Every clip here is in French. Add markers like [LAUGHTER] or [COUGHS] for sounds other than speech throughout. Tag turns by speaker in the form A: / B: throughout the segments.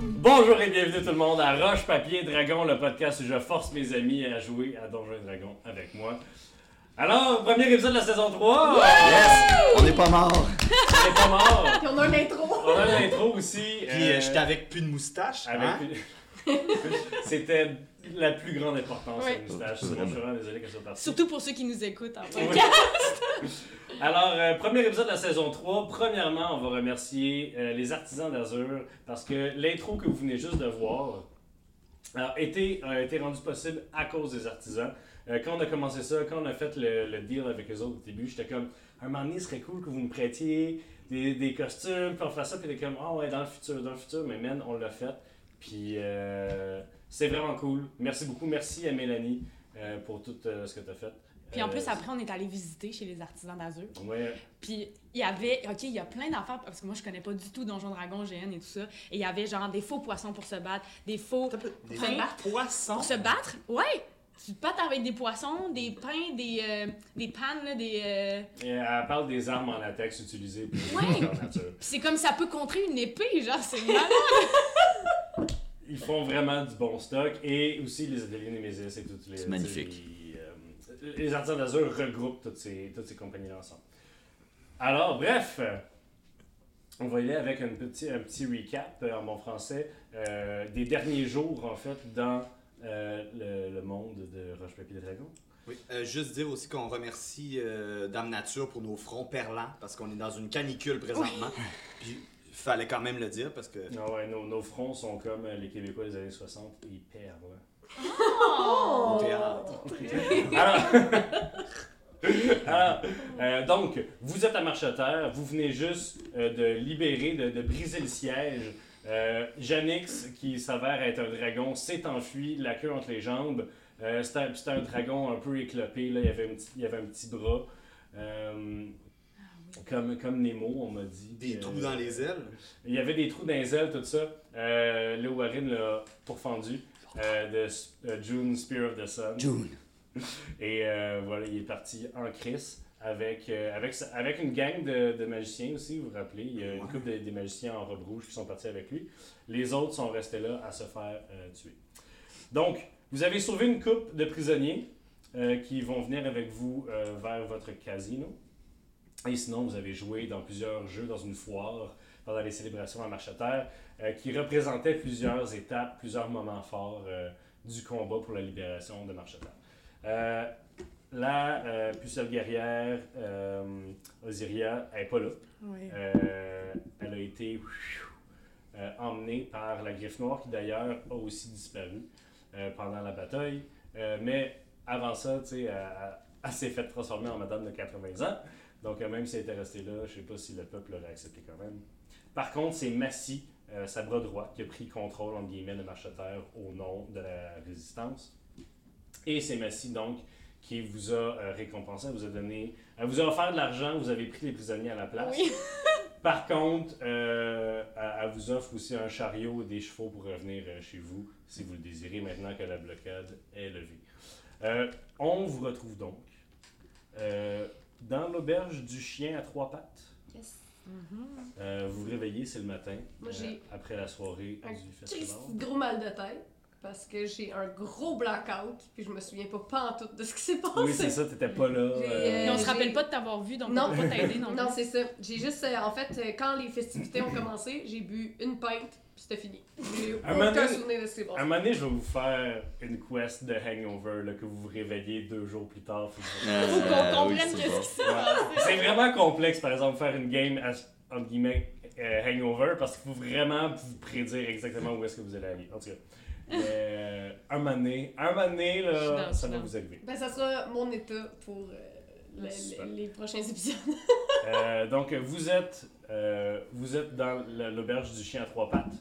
A: Bonjour et bienvenue tout le monde à Roche, Papier, Dragon, le podcast où je force mes amis à jouer à Donjons et Dragons avec moi. Alors, premier épisode de la saison 3,
B: Yes! On n'est pas mort!
A: on est pas mort.
C: Puis on a un intro.
A: On a l'intro aussi.
B: Puis
A: euh,
B: euh, j'étais avec plus de moustache.
A: avec-
B: hein?
A: C'était la plus grande importance
C: Oui.
A: à moustache. Je suis vraiment désolé que ça soit parti.
D: Surtout pour ceux qui nous écoutent en vrai.
A: Oui. [LAUGHS] Alors, euh, premier épisode de la saison 3. Premièrement, on va remercier euh, les artisans d'Azur parce que l'intro que vous venez juste de voir euh, a été, a été rendue possible à cause des artisans. Euh, quand on a commencé ça, quand on a fait le, le deal avec eux autres au début, j'étais comme, un moment donné, ce serait cool que vous me prêtiez des, des costumes, puis on fasse ça, puis t'es comme, ah ouais, dans le futur, dans le futur, mais man, on l'a fait. Puis euh, c'est vraiment cool. Merci beaucoup. Merci à Mélanie euh, pour tout euh, ce que t'as fait.
D: Puis en plus,
A: Euh,
D: après, on est allé visiter chez les artisans d'Azur.
A: Ouais,
D: Puis il y avait, OK, il y a plein d'affaires, parce que moi, je connais pas du tout Donjon Dragon, GN et tout ça. Et il y avait genre des faux poissons pour se battre, des faux.
B: Des
D: pains
B: poissons.
D: Pour se battre? Ouais! Tu te battes avec des poissons, des pains, des, euh, des pannes, là, des. euh,
A: Et elle parle des armes en latex utilisées pour
D: Ouais.
A: les la nature.
D: Puis c'est comme ça peut contrer une épée, genre, c'est malade!
A: Ils font vraiment du bon stock et aussi les ateliers Nemesis et toutes les.
B: C'est magnifique.
A: les, euh, les artisans d'Azur regroupent toutes ces, toutes ces compagnies-là ensemble. Alors, bref, on va y aller avec un petit, un petit recap euh, en bon français euh, des derniers jours, en fait, dans euh, le, le monde de Roche-Papier Dragon.
B: Oui, euh, juste dire aussi qu'on remercie euh, Dame Nature pour nos fronts perlants parce qu'on est dans une canicule présentement. Puis fallait quand même le dire parce que.
A: Ah ouais, nos, nos fronts sont comme euh, les Québécois des années 60, ils perdent. hein.
B: au
C: Oh.
B: théâtre.
A: Alors, [LAUGHS] Alors, euh, donc, vous êtes à Marcheterre, vous venez juste euh, de libérer, de, de briser le siège. Euh, Janix, qui s'avère être un dragon, s'est enfui, la queue entre les jambes. Euh, C'était un- c'était un dragon un peu éclopé, là, il, y avait un petit, il y avait un petit bras. Euh, comme, comme Nemo, on m'a dit.
B: Des
E: Euh,
A: que-
B: trous dans les ailes.
A: il y avait des trous dans les ailes, tout ça. Euh, le Warren l'a pourfendu euh, de S- euh, June Spear of the Sun.
B: June.
A: Et euh, voilà, il est parti en crise avec, euh, avec, sa- avec une gang de, de magiciens aussi, vous vous rappelez. Il y a une
B: Ouais.
A: couple de- des magiciens en robe rouge qui sont partis avec lui. Les autres sont restés là à se faire euh, tuer. Donc, vous avez sauvé une coupe de prisonniers euh, qui vont venir avec vous euh, vers votre casino. Et sinon, vous avez joué dans plusieurs jeux, dans une foire, pendant les célébrations à Marcheterre, euh, qui représentaient plusieurs étapes, plusieurs moments forts euh, du combat pour la libération de Marcheterre. Euh, la euh, pucelle guerrière euh, Osiria, elle n'est pas là.
D: Ouais.
A: Euh, elle a été euh, emmenée par la Griffe Noire, qui d'ailleurs a aussi disparu euh, pendant la bataille. Euh, mais avant ça, tu sais, elle, elle- elle s'est faite transformer en Madame de 80 ans. Donc, euh, même si elle était restée là, je sais pas si le peuple l'aurait accepté quand même. Par contre, c'est Massy, euh, sa bras droit, qui a pris contrôle, entre guillemets, de Marcheterre au nom de la Résistance. Et c'est Massy, donc, qui vous a euh, récompensé, elle vous a donné... Elle vous a offert de l'argent, vous avez pris les prisonniers à la place.
D: Oui.
A: Par contre, euh, elle, elle vous offre aussi un chariot et des chevaux pour revenir euh, chez vous, si vous le désirez, maintenant que la blocade est levée. Euh, on vous retrouve donc euh, dans l'auberge du chien à trois pattes.
C: Yes.
D: Mm-hmm.
A: Euh, vous vous réveillez, c'est le matin,
C: Moi,
A: euh,
C: j'ai
A: après la soirée
C: un
A: du festival.
C: Christ de gros mal de tête parce que j'ai un gros blackout puis je me souviens pas pantoute de ce qui s'est passé.
A: Oui, c'est ça, t'étais pas là.
C: J'ai,
A: euh,
D: Et on se
C: j'ai-
D: rappelle pas de t'avoir vu, donc
C: Non.
D: on peut pas t'aider non plus.
C: Non, c'est ça. J'ai juste euh, en fait euh, quand les festivités ont commencé, j'ai bu une pinte puis c'était fini. J'ai
A: Un moment
C: aucun
A: donné-
C: souvenir de ce qui s'est
A: À un
C: passé.
A: moment donné, je vais vous faire une quest de hangover, là, que vous vous réveillez deux jours plus tard. Faut que-
D: Faut qu'on
E: Euh,
D: comprenne que c'est ça.
A: C'est vraiment complexe, par exemple, faire une game à, entre guillemets euh, hangover parce qu'il faut vraiment vous prédire exactement où est-ce que vous allez aller. En tout cas, euh, un moment donné, un moment donné, là,
D: Je suis dans, je
A: ça
D: suis
A: va
D: dans.
A: vous arriver.
C: Ben ça sera mon état pour euh, le-
A: Super.
C: le- les prochains épisodes.
A: Euh, donc, vous êtes, euh, vous êtes dans la- l'auberge du chien à trois pattes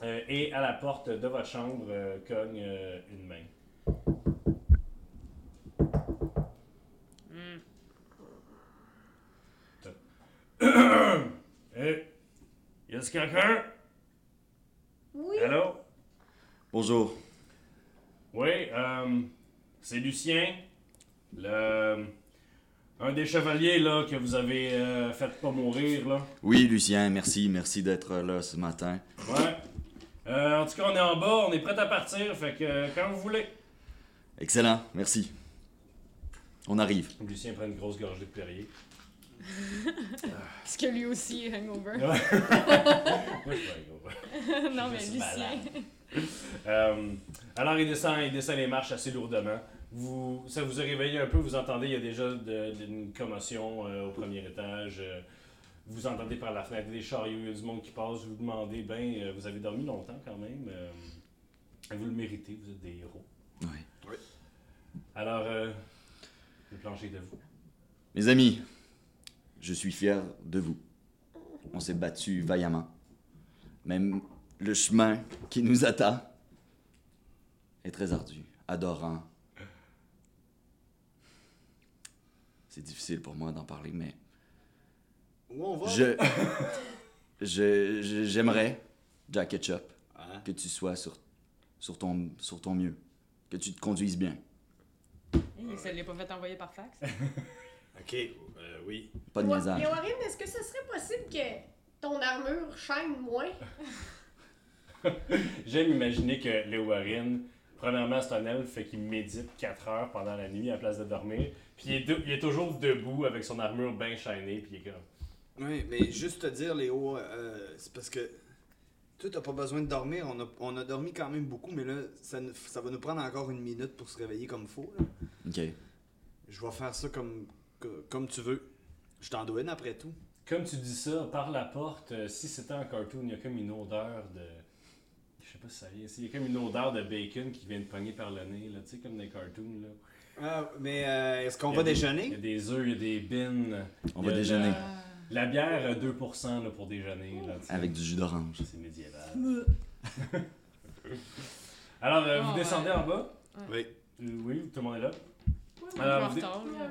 A: Euh, et à la porte de votre chambre euh, cogne euh, une main.
D: Mm.
A: Hmm. [COUGHS] Hey, y a-t-il quelqu'un?
C: Oui.
A: Allô?
E: Bonjour.
A: Oui, euh, c'est Lucien, le, un des chevaliers là, que vous avez euh, fait pas mourir. Là.
E: Oui, Lucien, merci, merci d'être là ce matin.
A: Ouais. Euh, tout cas, on est en bas, on est prêt à partir, fait que euh, quand vous voulez.
E: Excellent, merci. On arrive.
A: Lucien prend une grosse gorgée de Perrier.
D: Parce que lui aussi est hangover.
A: Moi, je suis pas gros.
D: non, mais
A: suis
D: Lucien.
A: malade. Euh, alors, il descend, il descend les marches assez lourdement. Vous, ça vous a réveillé un peu, vous entendez, il y a déjà de- de- une commotion euh, au premier étage. euh, vous entendez par la fenêtre des chariots, il y a du monde qui passe. Vous vous demandez, ben, euh, vous avez dormi longtemps quand même. euh, vous le méritez, vous êtes des héros.
E: Ouais.
A: Alors, euh, le plancher de vous.
E: Mes amis, je suis fier de vous. On s'est battu vaillamment. Même le chemin qui nous attend est très ardu, adorant. C'est difficile pour moi d'en parler, mais
B: Où on va?
E: je, je- je- j'aimerais, Jack Ketchup,
B: Hein?
E: que tu sois sur, sur, ton, sur ton mieux, que tu te conduises bien.
D: Il se l'est pas fait envoyer par fax.
B: Ok, euh, oui.
E: Pas de
C: Ouais,
E: niaisage.
C: Mais Warren, est-ce que ce serait possible que ton armure chaîne moins?
A: J'aime imaginer que le Warren, premièrement, c'est un elfe fait qu'il médite 4 heures pendant la nuit à la place de dormir. Puis il est, dou- il est toujours debout avec son armure bien chaînée, puis il est comme.
B: Oui, mais juste te dire, Léo, euh, c'est parce que toi, t'as pas besoin de dormir. On a, on a dormi quand même beaucoup, mais là, ça, ne- ça va nous prendre encore une minute pour se réveiller comme faut. là.
E: Ok.
B: Je vais faire ça comme, que- comme tu veux. Je t'en donne après tout.
A: Comme tu dis ça, par la porte, euh, si c'était un cartoon, il y a comme une odeur de. Je sais pas si ça vient. Il y a comme une odeur de bacon qui vient de pogner par le nez, là, tu sais, comme des cartoons. Là.
B: Ah, mais euh, est-ce qu'on
A: Il y
B: va
A: a des- Il y
B: déjeuner?
A: a des œufs, il y a des bines.
E: On
A: il y
E: va
A: a de
E: déjeuner
A: La, la bière euh, 2% là, pour déjeuner. Là, tu sais.
E: avec du jus d'orange. [LAUGHS]
A: C'est médiéval. [LAUGHS] Alors, euh, vous
D: Ah, ouais.
A: descendez en bas.
B: Oui.
A: Euh, oui, tout le monde est là.
D: On est
A: Alors,
D: en
A: Euh, vous-
D: retard, là.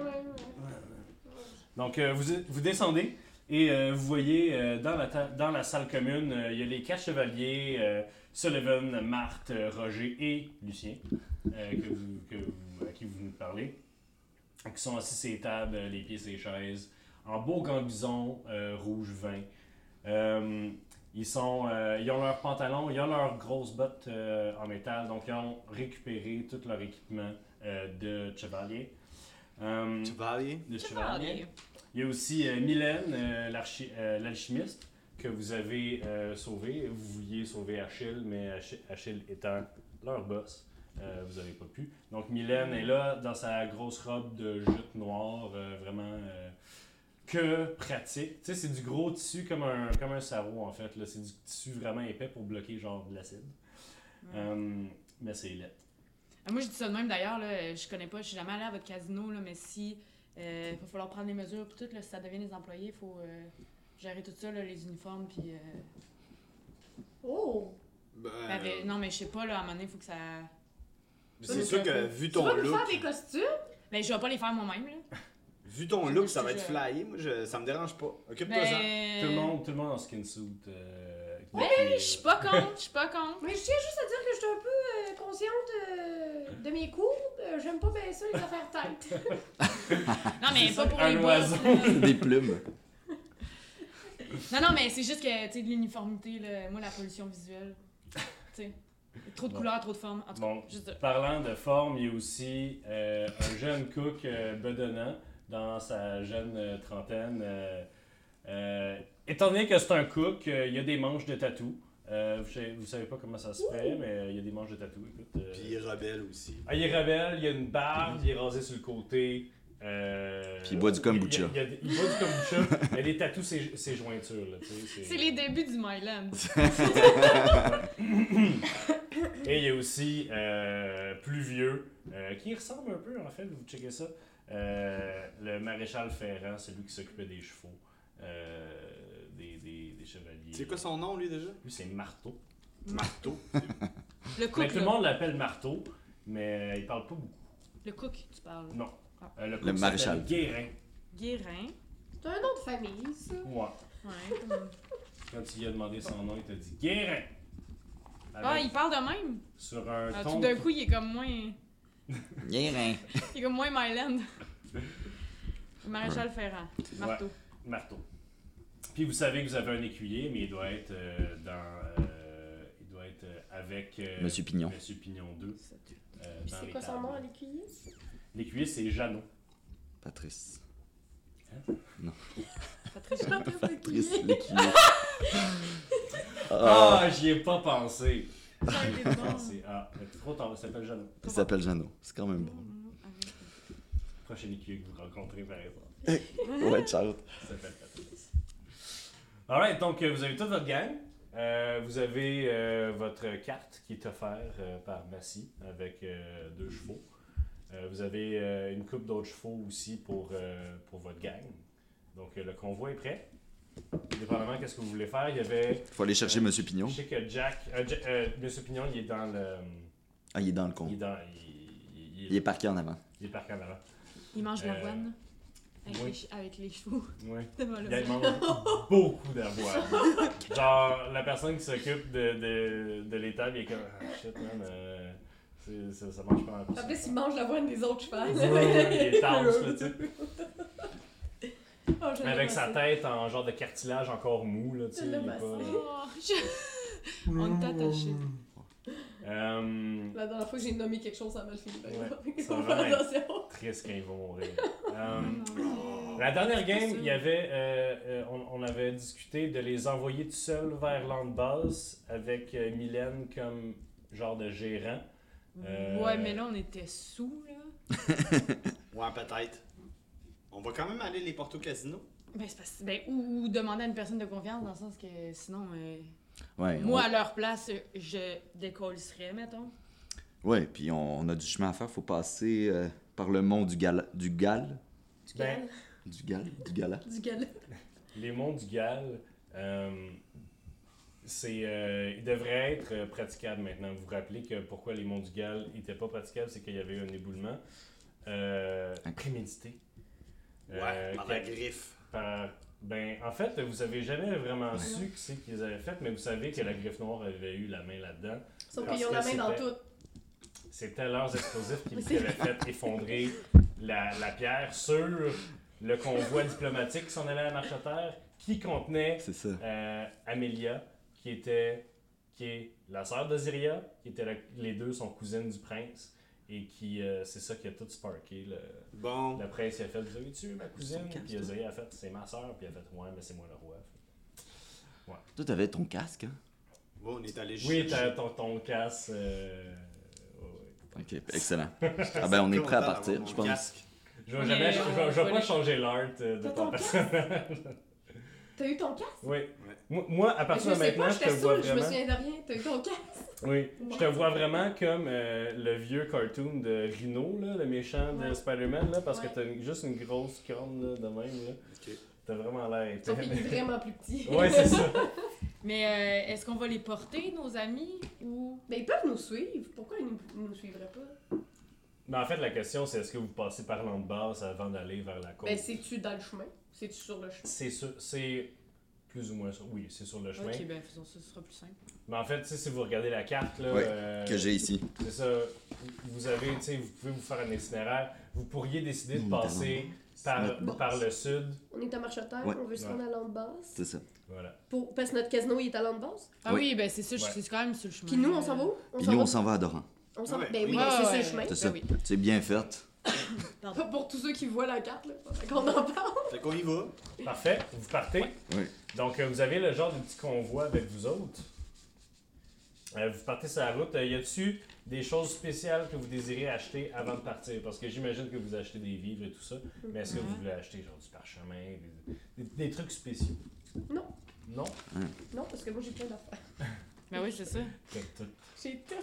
A: Donc, euh, vous, vous descendez et euh, vous voyez euh, dans, la ta- dans la salle commune, euh, il y a les quatre chevaliers, euh, Sullivan, Marthe, euh, Roger et Lucien, euh, que vous- que vous- à qui vous venez de parler, qui sont assis sur les tables, euh, les pieds sur les chaises, en beau gambison euh, rouge vin. Euh, ils, sont, euh, ils ont leurs pantalons, ils ont leurs grosses bottes euh, en métal, donc ils ont récupéré tout leur équipement euh, de chevalier. Euh,
B: Tu vas aller?
A: de chevalier.
D: Parlez.
A: Il y a aussi euh, Mylène, euh, l'archi- euh, l'alchimiste, que vous avez euh, sauvé. Vous vouliez sauver Achille, mais Achi- Achille étant leur boss, euh, vous n'avez pas pu. Donc Mylène est là dans sa grosse robe de jute noire, euh, vraiment euh, que pratique. Tu sais, c'est du gros tissu comme un, comme un sarrau en fait. là. C'est du tissu vraiment épais pour bloquer genre de l'acide. Euh, mais c'est laid.
D: Ah, Moi, je dis ça de même d'ailleurs, là, je connais pas, je suis jamais allée à votre casino, là, mais si euh, va falloir prendre des mesures pour tout, là, si ça devient des employés, il faut euh, gérer tout ça, là, les uniformes, puis. euh,
C: Oh!
B: Ben,
A: Euh,
D: ben, ben, non, mais je sais pas, là, à un moment donné, il faut que ça.
B: c'est sûr que vu
C: Tu
B: ton
C: vas nous
B: look,
C: faire des costumes?
D: Ben, je vais pas les faire moi-même, là.
B: vu ton look, ça va
D: Je-
B: être flyé. Moi, je- ça me dérange pas. Occupe-toi ça.
D: Ben.
A: Tout le monde, tout le monde en skin suit. euh,
D: Oui,
A: depuis, euh,
D: Je suis pas contre, je suis
A: [LAUGHS]
D: pas contre.
C: Mais je tiens juste à dire que je suis un peu euh, consciente euh, de mes courbes. Euh, J'aime pas bien ça, les affaires têtes.
D: Non, mais
A: C'est
D: pas
A: ça,
D: pour
A: un
D: les boss,
A: oiseau.
D: là.
E: Des plumes.
D: Non, non, mais c'est juste que, tu sais, de l'uniformité, là, moi, la pollution visuelle, tu sais. Trop de
A: Bon.
D: couleurs, trop de formes, en tout cas,
A: Bon.
D: juste ça.
A: Parlant de forme, il y a aussi euh, un jeune cook euh, bedonnant dans sa jeune euh, trentaine. euh, euh, étant donné que c'est un cook, euh, il y a des manches de tatou. Euh, vous, savez- vous savez pas comment ça se fait, mais euh, il y a des manches de tatou. Écoute, euh,
B: Puis il est rebelle aussi.
A: ah, il est rebelle, il a une barbe, il est rasé sur le côté. euh,
E: Puis il boit du kombucha.
A: Il, y a- il y a- il boit du
E: [LAUGHS]
A: kombucha. il y a des tatous, ses, ses jointures. Là, tu sais, c'est-
D: C'est les débuts du Myland.
A: Et il y a aussi euh, plus vieux, euh, qui ressemble un peu, en fait, vous checkez ça, euh, le maréchal Ferrand, celui qui s'occupait des chevaux, euh, des, des- des chevaliers.
B: C'est quoi son nom, lui, déjà?
A: Lui, c'est Marteau.
B: Marteau.
D: Le
A: Mais
D: cook,
A: tout le
D: là.
A: monde l'appelle Marteau, mais euh, il parle pas beaucoup.
D: Le cook, tu parles.
A: Non.
D: Ah.
A: Euh, le,
E: Le maréchal.
A: maréchal. Guérin.
D: Guérin.
C: [LAUGHS] C'est un nom de famille, ça.
A: Ouais.
D: [LAUGHS] Ouais, comme-
A: Quand tu lui as demandé son nom, il t'a dit Guérin.
D: Ah,
A: Avec-
D: il parle de même.
A: Sur un
D: Ah,
A: ton.
D: tout d'un coup, il est comme moins. Il
E: rien.
D: est comme moins
A: [LAUGHS]
D: Myland. Le Maréchal Ferrand. Marteau.
A: marteau. Puis vous savez que vous avez un écuyer, mais il doit être euh, dans. euh, il doit être être euh, avec euh,
E: Monsieur Pignon.
A: Monsieur Pignon 2. euh,
F: Puis
A: dans
F: c'est
A: les
F: quoi son
A: tables.
F: nom à l'écuyer?
A: L'écuyer, c'est Jeannot.
E: Patrice.
D: Patrice,
E: Patrice l'équilibre.
A: Ah, j'y ai pas pensé.
D: il est
A: [LAUGHS]
D: bon.
A: C'est, ah, mais trop tard, ça s'appelle Jeannot.
E: il s'appelle Jeannot. C'est quand même bon.
A: Prochain écuyer que vous rencontrez, par exemple.
E: Ouais, ciao.
A: Ça s'appelle Patrice. Alright, donc euh, vous avez toute votre gang. Euh, vous avez euh, votre carte qui est offerte euh, par Massy avec euh, deux chevaux. Euh, vous avez euh, une coupe d'autres chevaux aussi pour, euh, pour votre gang. Donc euh, le convoi est prêt. Dépendamment qu'est-ce que vous voulez faire, il y avait.
E: Faut aller chercher Monsieur Pignon.
A: Je sais que Jack. euh, Ja- euh, Monsieur Pignon, il est dans le.
E: Ah, il est dans le
A: Il est
E: con.
A: dans. Il, il- il-
E: Il est parqué en avant.
A: il est parqué en avant.
D: Il mange de
A: Euh,
D: l'avoine avec,
A: oui.
D: les che- avec les chevaux [LAUGHS]
A: Ouais.
D: de Molotov.
A: Il mange beaucoup d'avoine. Genre, la personne qui s'occupe de, de, de l'étable, il est comme Ah, shit, man, euh, c'est- ça, ça marche pas en plus.
C: En plus, il mange la voix des autres chevaux.
A: Ouais, il est tense, là, tu sais.
C: Oh, je
A: Mais avec
C: l'ai
A: sa
C: pensé.
A: tête en genre de cartilage encore mou, là, tu sais.
C: Je l'ai
A: il est pas-
C: massé.
D: Oh, je- [LAUGHS] On est attaché.
A: Euh,
C: La dernière fois que j'ai nommé quelque chose, ça m'a le fini. par
A: Ouais,
C: exemple.
A: ça
C: Faut
A: va
C: faire
A: être-
C: attention.
A: triste quand ils vont mourir. Euh, la dernière game, il y avait, euh, euh, on, on avait discuté de les envoyer tout seuls vers Landbass avec euh, Mylène comme genre de gérant. Euh,
D: Ouais, mais là, on était sous, là.
B: Ouais, peut-être. On va quand même aller les porter au casino.
D: Ben, c'est parce- ben, ou, ou demander à une personne de confiance, dans le sens que sinon, euh,
E: Ouais,
D: moi, à leur place, euh, je décollerais, mettons.
E: on... ouais puis on, on a du chemin à faire. Faut passer euh, par le mont du Gal... Du Gal?
F: Du
A: Ben,
F: Gal.
E: Du Gal? Du Gala?
C: Du galet.
A: Les monts du Gal, euh, c'est, euh, ils devraient être euh, praticables maintenant. Vous vous rappelez que pourquoi les monts du Gal n'étaient pas praticables, c'est qu'il y avait eu un éboulement euh,
E: Ok.
A: prémédité.
B: Ouais,
A: Euh,
B: par
A: qui-
B: la griffe.
A: par- ben, en fait, vous avez jamais vraiment
E: Ouais.
A: su que c'est qu'ils avaient fait, mais vous savez que la griffe noire avait eu la main là-dedans.
C: Sauf
A: Parce
C: qu'ils ont
A: que
C: la main dans
A: c'était-
C: tout.
A: C'était leurs explosifs qui,
C: Mais
A: qui
C: c'est-
A: avaient fait effondrer la, la pierre sur le convoi diplomatique qui s'en allait à marche à terre, qui contenait
E: C'est ça.
A: euh, Amelia, qui était qui est la sœur d'Oziria, qui était la- les deux sont cousines du prince, et qui euh, c'est ça qui a tout sparké. Le,
B: Bon.
A: le prince il a fait Vous avez tué ma cousine
E: Son casque,
A: Puis
C: hein?
A: Oziria a fait C'est ma sœur, puis elle a fait Ouais, mais c'est moi le roi.
E: Toi, t'avais ton casque, hein?
B: Ouais, on est allé
A: Oui,
B: chercher.
A: t'as ton, ton casse. euh, ouais, ouais.
E: Ok, excellent. Ah ben, on est prêt à partir, je pense.
A: Je vais
D: Mais
A: jamais, je,
D: on
A: vais- je vais
D: va
A: pas
D: les-
A: changer l'art euh, de
C: T'as
A: ton
C: ton
A: personnage.
C: T'as eu ton casque?
A: Oui. Moi, moi, à partir
C: Je
A: de
C: sais
A: maintenant,
C: pas,
A: je te
C: j'étais
A: vois
C: saoule, je me
A: vraiment.
C: souviens de rien. T'as eu ton casque?
A: Oui,
C: Ouais.
A: je te vois vraiment comme euh, le vieux cartoon de Rhino, là, le méchant de
C: Ouais.
A: Spider-Man, là, parce
C: Ouais.
A: que t'as une- juste une grosse corne là, de même. Là.
B: Ok.
A: T'as vraiment l'air.
C: Sauf qu'il est vraiment plus petit.
A: ouais,
C: [LAUGHS]
A: c'est ça.
D: Mais euh, est-ce qu'on va les porter, nos amis, ou...
C: Mais Ben, ils peuvent nous suivre. Pourquoi ils nous, nous suivraient pas?
A: Mais en fait, la question, c'est est-ce que vous passez par l'an de base avant d'aller vers la côte
C: Ben, c'est-tu dans le chemin? C'est-tu sur le chemin?
A: C'est sûr- c'est plus ou moins sur. Oui, c'est sur le chemin.
D: Ok, ben, faisons ça, ce sera plus simple.
A: Mais en fait, tu sais, si vous regardez la carte, là.
E: Ouais,
A: euh,
E: Que j'ai ici.
A: C'est ça. Vous avez, tu sais, vous pouvez vous faire un itinéraire. Vous pourriez décider de
E: Montagne.
A: passer
E: Notre
A: par,
C: base.
A: par le sud.
C: On est à marche terre,
E: Ouais.
C: on veut se rendre à Landbass.
E: C'est ça.
A: Voilà.
C: Pour... Parce que notre casino, il est à Landbass.
D: Ah
E: Oui.
D: oui, ben, c'est ça, je-
A: Ouais.
D: c'est quand même sur le chemin. Euh,
C: Puis nous, on s'en va où?
E: Puis nous, on
C: va-
E: s'en va à Doran.
C: on s'en va.
B: Ouais.
C: Ben oui,
B: Ouais,
C: c'est ça
D: ouais.
C: le chemin.
E: C'est
D: Ben
E: ça.
D: oui.
E: C'est bien fait.
C: Pas pour tous ceux qui voient la carte, là. Faudrait qu'on en parle.
B: Fait qu'on y va.
A: Parfait, vous partez.
E: Oui.
A: Donc, euh, vous avez le genre de petit convoi avec vous autres. Euh, vous partez sur la route. Euh, y a-tu des choses spéciales que vous désirez acheter avant de partir? Parce que j'imagine que vous achetez des vivres et tout ça. Mais est-ce que vous
B: Mm-hmm.
D: Mhm.
A: voulez acheter genre du parchemin, des, des- des trucs spéciaux?
C: [LAUGHS] Non.
A: Non?
C: Non, parce que moi, j'ai plein d'affaires.
D: Ben oui, c'est ça.
A: T'as tout.
C: [LAUGHS] J'ai tout.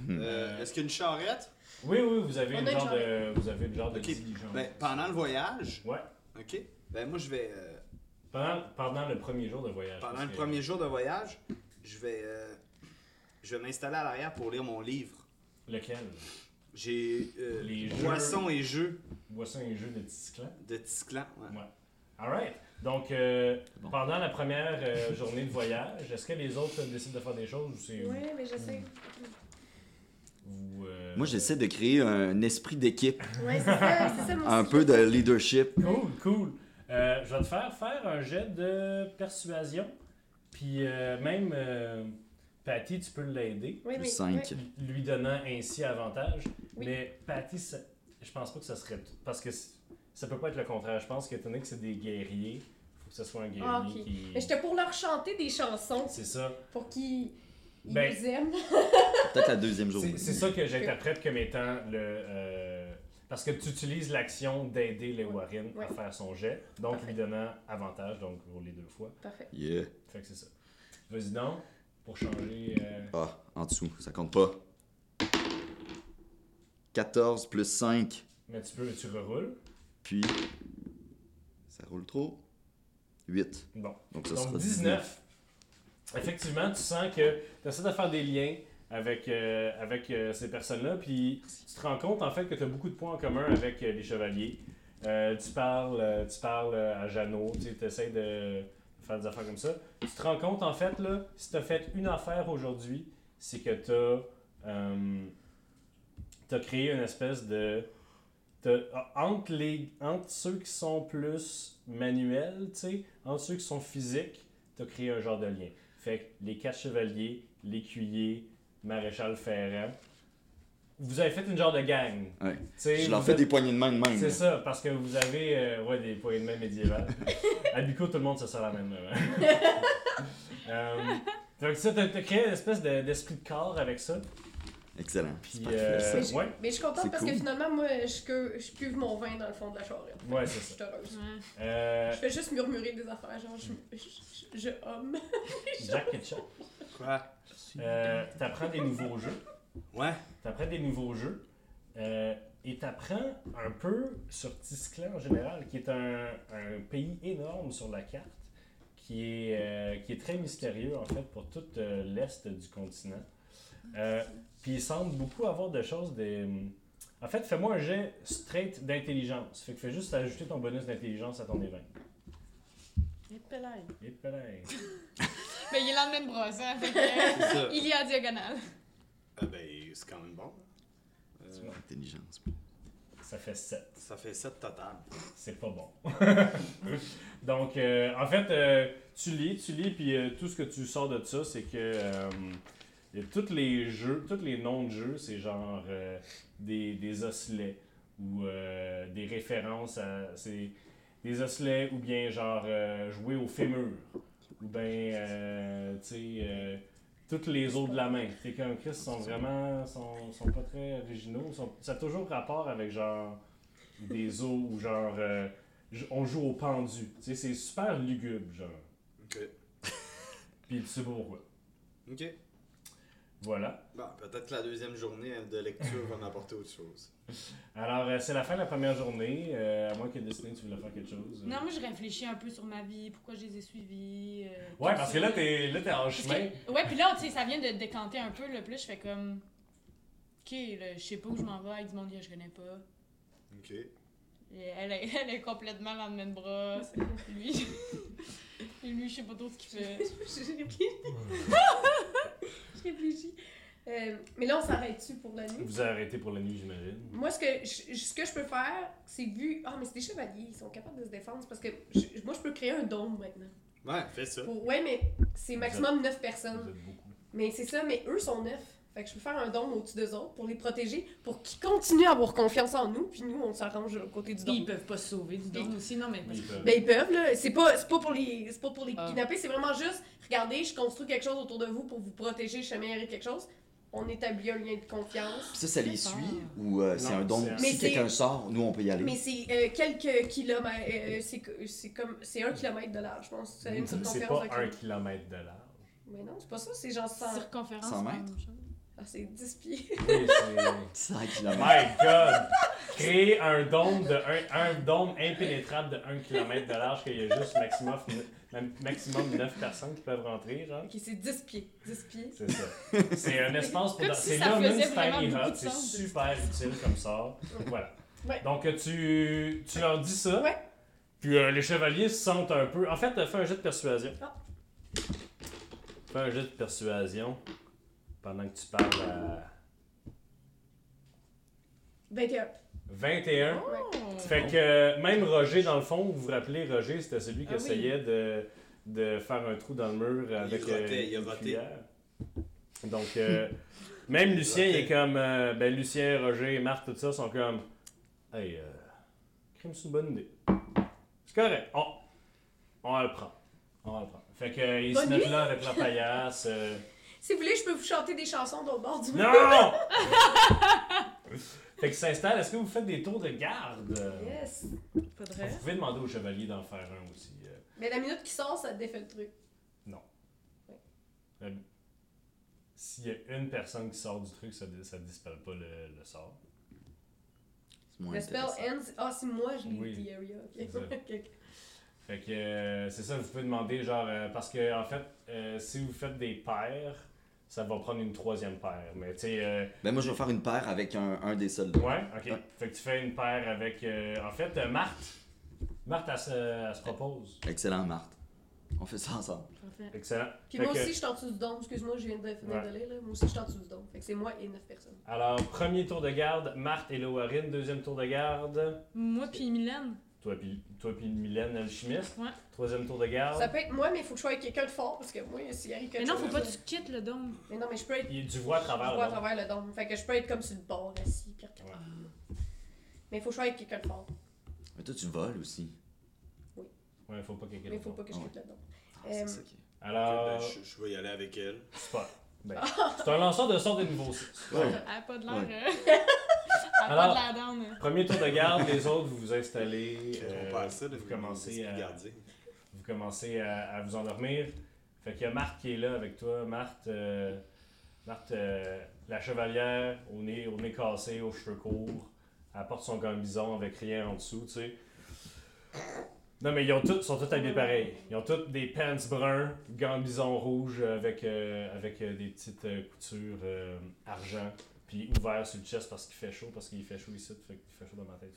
E: Hmm.
B: Euh, Est-ce qu'il y a une charrette?
A: Oui, oui, vous avez
C: On
A: une
C: a une
A: genre de, vous avez une genre de
B: Ok.
A: diligence.
B: Ben, pendant le voyage,
A: Ouais.
B: ok? Ben, moi, je vais. euh,
A: Pendant, pendant le premier jour de voyage.
B: pendant
A: Ah, parce
B: le
A: que-
B: premier jour de voyage, je vais. euh, je vais m'installer à l'arrière pour lire mon livre.
A: Lequel?
B: J'ai. euh,
A: Les jeux.
B: Boissons et jeux
A: Boisson et jeu de Tisclan.
B: de Tisclan. ouais.
A: Ouais. Alright. Donc, euh,
E: Bon.
A: pendant la première euh, [LAUGHS] journée de voyage, est-ce que les autres euh, décident de faire des choses ou c'est
E: Mm.
C: Ouais, mais j'essaie.
A: vous, euh,
E: Moi, j'essaie de créer un esprit d'équipe,
C: Ouais, c'est ça, Ah, c'est ça mon
E: Mm. un
C: sujet.
E: peu de leadership.
A: Cool, cool. Euh, je vais te faire faire un jet de persuasion. Puis euh, même, euh, Patty, tu peux l'aider,
E: Plus 5.
A: lui donnant ainsi avantage.
C: Oui.
A: Mais Patty, ça- je pense pas que ça serait. Parce que c- ça peut pas être le contraire. Je pense que étant donné que c'est des guerriers, faut que ce soit un guerrier
C: Ah, ok.
A: qui.
C: Mais j'étais pour leur chanter des chansons
A: C'est ça.
C: pour qu'ils ils
A: Ben,
C: nous aiment. [LAUGHS]
E: Peut-être la deuxième journée.
A: C'est c'est ça que j'interprète comme étant le. euh, parce que tu utilises l'action d'aider les
C: Ouais.
A: Warren à
C: Ouais.
A: faire son jet, donc
C: Parfait.
A: lui donnant avantage, donc les deux fois.
C: Parfait.
E: Yeah.
A: Fait que c'est ça. Vas-y donc, pour changer. euh,
E: Ah, en dessous, ça compte pas. 14 plus 5,
A: mais tu peux, tu reroules.
E: puis. Ça roule trop. 8.
A: Bon.
E: Donc ça
A: Donc
E: sera
A: 19. Effectivement, tu sens que tu essaies de faire des liens avec, euh, avec euh, ces personnes-là, puis tu te rends compte en fait que tu as beaucoup de points en commun avec euh, les chevaliers. Euh, tu parles, euh, tu parles euh, à Jeannot, tu essaies de faire des affaires comme ça. Tu te rends compte en fait, là, si tu as fait une affaire aujourd'hui, c'est que tu as, Euh, créé une espèce de. t'as- ah, Entre, les, entre ceux qui sont plus manuels, tu sais, entre ceux qui sont physiques, t'as créé un genre de lien. Fait que les quatre chevaliers, l'écuyer, maréchal Ferrand, vous avez fait une genre de gang.
E: Ouais.
A: Tu sais,
E: Je leur
A: vous
E: fais
A: êtes-
E: des poignées de main de même.
A: C'est ça, parce que vous avez euh, ouais, des poignées de main médiévales. à Bucco, tout le monde se sert la même main. euh, donc ça, t'as t'as créé une espèce de- d'esprit de, corps avec ça.
E: Excellent.
A: Puis,
E: C'est parfait,
A: euh,
E: ça.
C: Mais je-
A: ouais,
C: Mais je suis contente
E: C'est
C: parce
E: cool.
C: que finalement, moi, je, que, je cuve mon vin dans le fond de la charrette.
A: ouais c'est
C: Je
A: ça.
C: suis heureuse.
D: Ouais.
A: Euh,
C: Je fais juste murmurer des affaires, genre je, je, je, je homme.
A: Jack Ketchup,
B: Quoi?
A: euh, t'apprends des nouveaux jeux.
B: Ouais?
A: T'apprends des nouveaux jeux euh, et t'apprends un peu sur Tisclan en général, qui est un, un pays énorme sur la carte, qui est, euh, qui est très mystérieux en fait pour tout euh, l'est du continent. Euh, Puis il semble beaucoup avoir de choses des. En fait, fais-moi un jet straight d'intelligence. Fait que fais juste ajouter ton bonus d'intelligence à ton événement.
D: Il est pelin.
A: Et plein.
D: Mais Ben, il est l'emmène de brosse, hein, fait que,
A: [LAUGHS]
B: C'est ça.
D: euh, Il est à diagonale.
B: Ah ben, c'est quand même bon. Euh,
E: Intelligence.
A: Ça fait 7.
B: ça fait 7 total.
A: c'est pas bon. [LAUGHS] Donc, euh, en fait, euh, tu lis, tu lis, puis euh, tout ce que tu sors de ça, c'est que euh, y a tous les jeux, tous les noms de jeux, c'est genre euh, des, des osselets ou euh, des références à. C'est des osselets ou bien genre euh, jouer au fémur ou bien, euh, tu sais, euh, toutes les os de la main. T'es comme Chris, sont vraiment. sont, sont pas très originaux. sont- ça a toujours rapport avec genre des os ou genre. euh, j- on joue au pendu. Tu sais, c'est super lugubre, genre.
B: Ok.
A: [LAUGHS] Puis tu sais pas pourquoi.
B: Ok.
A: Voilà.
B: Bon, peut-être que la deuxième journée de lecture va m'apporter autre chose.
A: Alors, euh, c'est la fin de la première journée. euh, à moins que Disney, tu voulais faire quelque chose. euh.
D: Non, moi, je réfléchis un peu sur ma vie, pourquoi je les ai suivis. euh,
A: Ouais,
D: tout
A: parce que
D: ça.
A: là, t'es, là, t'es en
D: Parce
A: chemin.
D: que- Ouais, puis là, tu sais, ça vient de décanter un peu, le plus je fais comme. Ok, là, je sais pas où je m'en vais avec du monde que je connais pas.
B: Ok.
D: Et Elle est, [LAUGHS] elle est complètement dans le même bras. Lui, [LAUGHS] lui, je sais pas trop ce qu'il fait.
C: [LAUGHS] je réfléchis. [LAUGHS] je réfléchis. Euh, mais là, on s'arrête-tu pour la nuit?
A: Vous arrêtez pour la nuit, j'imagine.
C: Moi, ce que je, ce que je peux faire, c'est vu. Ah, mais c'est des chevaliers, ils sont capables de se défendre. c'est parce que je- moi, je peux créer un dôme maintenant.
B: Ouais, fais ça.
C: Pour- ouais, mais c'est maximum 9 personnes.
A: Vous êtes beaucoup.
C: Mais c'est ça, mais eux sont 9. Fait que je peux faire un dôme au-dessus d'eux autres pour les protéger, pour qu'ils continuent à avoir confiance en nous, puis nous, on s'arrange de l'autre côté du dôme.
D: peuvent pas se sauver du don aussi, non, mais.
A: Oui, ils peuvent.
C: Ben, ils peuvent, là. C'est pas, c'est pas pour les, c'est pas pour les
D: Ah.
C: kidnapper, c'est vraiment juste, regardez, je construis quelque chose autour de vous pour vous protéger, je arrive quelque chose. On établit un lien de confiance.
E: Puis ça, ça les
D: Super.
E: suit ou euh, c'est
A: Non,
E: un don?
A: c'est un-
C: Mais
E: Si
C: c'est-
E: quelqu'un sort, nous on peut y aller.
C: Mais c'est euh, quelques kilomètres. euh, c'est co- c'est comme. C'est un kilomètre de large, je pense. C'est une
A: C'est pas
C: circonférence de
A: un
C: kilomètre.
A: kilomètre de large.
C: Mais non, c'est pas ça, c'est genre 100.
D: Circonférence.
E: Cent
D: c'est pas la
E: mètres.
D: même chose.
C: Ah, c'est 10 pieds. [LAUGHS]
A: Oui, c'est.
E: 5 km.
A: My God! Créer un dôme, de un, un dôme impénétrable de 1 km de large qu'il y a juste maximum, [LAUGHS] maximum 9 personnes qui peuvent rentrer, genre.
C: ok, c'est 10 pieds. 10 pieds.
A: C'est ça. C'est un espace pour...
D: Comme si
A: c'est
D: ça
A: là, même
D: faisait
A: si
D: vraiment
A: Tiny
D: beaucoup
A: Hut,
D: de
A: c'est
D: sens.
A: super utile comme sort. Voilà.
C: Ouais.
A: Donc, euh, tu, tu leur dis ça.
C: Ouais.
A: Puis euh, les chevaliers se sentent un peu... En fait, fais un jet de persuasion.
C: Ah.
A: Fais un jet de persuasion pendant que tu parles à
C: 21.
A: 21.
D: Oh!
A: Fait que euh, même Roger, dans le fond, vous vous rappelez, Roger, c'était celui qui
D: Ah oui.
A: essayait de, de faire un trou dans le mur avec
B: rotait,
A: euh,
B: il a
A: une
B: roté.
A: cuillère. Donc, euh, [LAUGHS] même Lucien il est comme. euh, ben, Lucien, Roger, Marthe, tout ça sont comme. Hey, euh, crime, c'est une bonne idée. C'est correct. On, on va le prend. On va le prendre. Fait que, euh, ils se
C: Bonne
A: mettent là avec la paillasse.
D: [LAUGHS]
A: euh,
C: Si vous voulez, je peux vous chanter des chansons dans le bord du mur.
A: Non! fait qu'ils s'installent. Est-ce que vous faites des tours de garde?
C: Yes.
D: Faudrait.
A: Vous pouvez demander au chevalier d'en faire un aussi. euh.
C: Mais la minute qui sort, ça te défait le truc.
A: S'il y a une personne qui sort du truc, ça ne dispelle pas le, le sort.
E: C'est moins
C: le spell
E: intéressant.
C: ends. Ah, si moi je l'ai
A: Oui.
C: dit, area. [LAUGHS]
A: C'est
C: ok.
A: ça.
C: Ok.
A: Fait que euh, c'est ça, vous pouvez demander, genre, euh, parce que en fait, euh, si vous faites des paires, ça va prendre une troisième paire. Mais tu sais, euh,
E: Ben moi je vais faire une paire avec un, un des soldats.
A: ouais, ok.
E: Ouais.
A: Fait que tu fais une paire avec. euh, en fait, euh, Marthe, Marthe, elle, se- elle se propose.
E: Excellent Marthe. On fait ça ensemble.
D: Parfait.
A: Excellent.
C: Puis
A: Fait
C: moi
A: que-
C: aussi, je suis en dessous du don. Excuse-moi, je viens de finir
A: Ouais.
C: de lire. Là. Moi aussi, je suis en dessous du don. Fait que c'est moi et 9 personnes.
A: Alors, premier tour de garde, Marthe et Loarine. Deuxième tour de garde,
D: Moi puis Mylène.
A: toi puis toi puis Mylène, l'alchimiste.
D: Ouais.
A: Troisième tour de garde.
C: Ça peut être moi, mais il faut que je sois avec quelqu'un de fort. Parce que moi, s'il arrive
D: Mais
C: quelque
D: non,
C: chose,
D: faut pas
C: là-
D: que tu quittes le dôme.
C: Mais non, mais je peux être.
A: Et tu vois à travers.
C: je
A: le
C: vois à
A: monde.
C: travers le don. Fait que je peux être comme sur le bord, assis, puis regarder.
A: Ouais.
C: Mais il faut que je sois avec quelqu'un de fort.
E: Mais toi tu voles aussi.
A: Ouais, faut pas quelqu'un
C: Mais il faut
A: le
C: pas que je
E: Ouais.
C: quitte le don.
E: Ah, c'est
C: Euh,
E: ça qui-
A: fasse. Alors,
B: Ben, je, je vais y aller avec elle.
A: c'est pas. ben, c'est un lanceur de sorts de niveau 6.
E: Ouais.
D: Elle a pas de l'air.
E: Ouais.
D: euh, [LAUGHS] Elle a pas
A: Alors-
D: de l'air down. euh.
A: Premier tour de garde, les autres, vous vous installez.
B: On
A: euh,
B: passe ça, là,
A: vous commencez
B: les
A: à,
B: gardiens.
A: vous commencez à, à vous endormir. Fait qu'il y a Marthe qui est là avec toi. Marthe, euh, Marthe euh, la chevalière, au nez, au nez cassé, aux cheveux courts. Elle porte son gambiton avec rien en dessous, tu sais. Non, mais ils ont tous, sont tous habillés pareil. Ils ont tous des pants bruns, gambison rouge avec, euh, avec euh, des petites euh, coutures euh, argent, puis ouvert sur le chest parce qu'il fait chaud, parce qu'il fait chaud ici, fait qu'il fait chaud dans ma tête.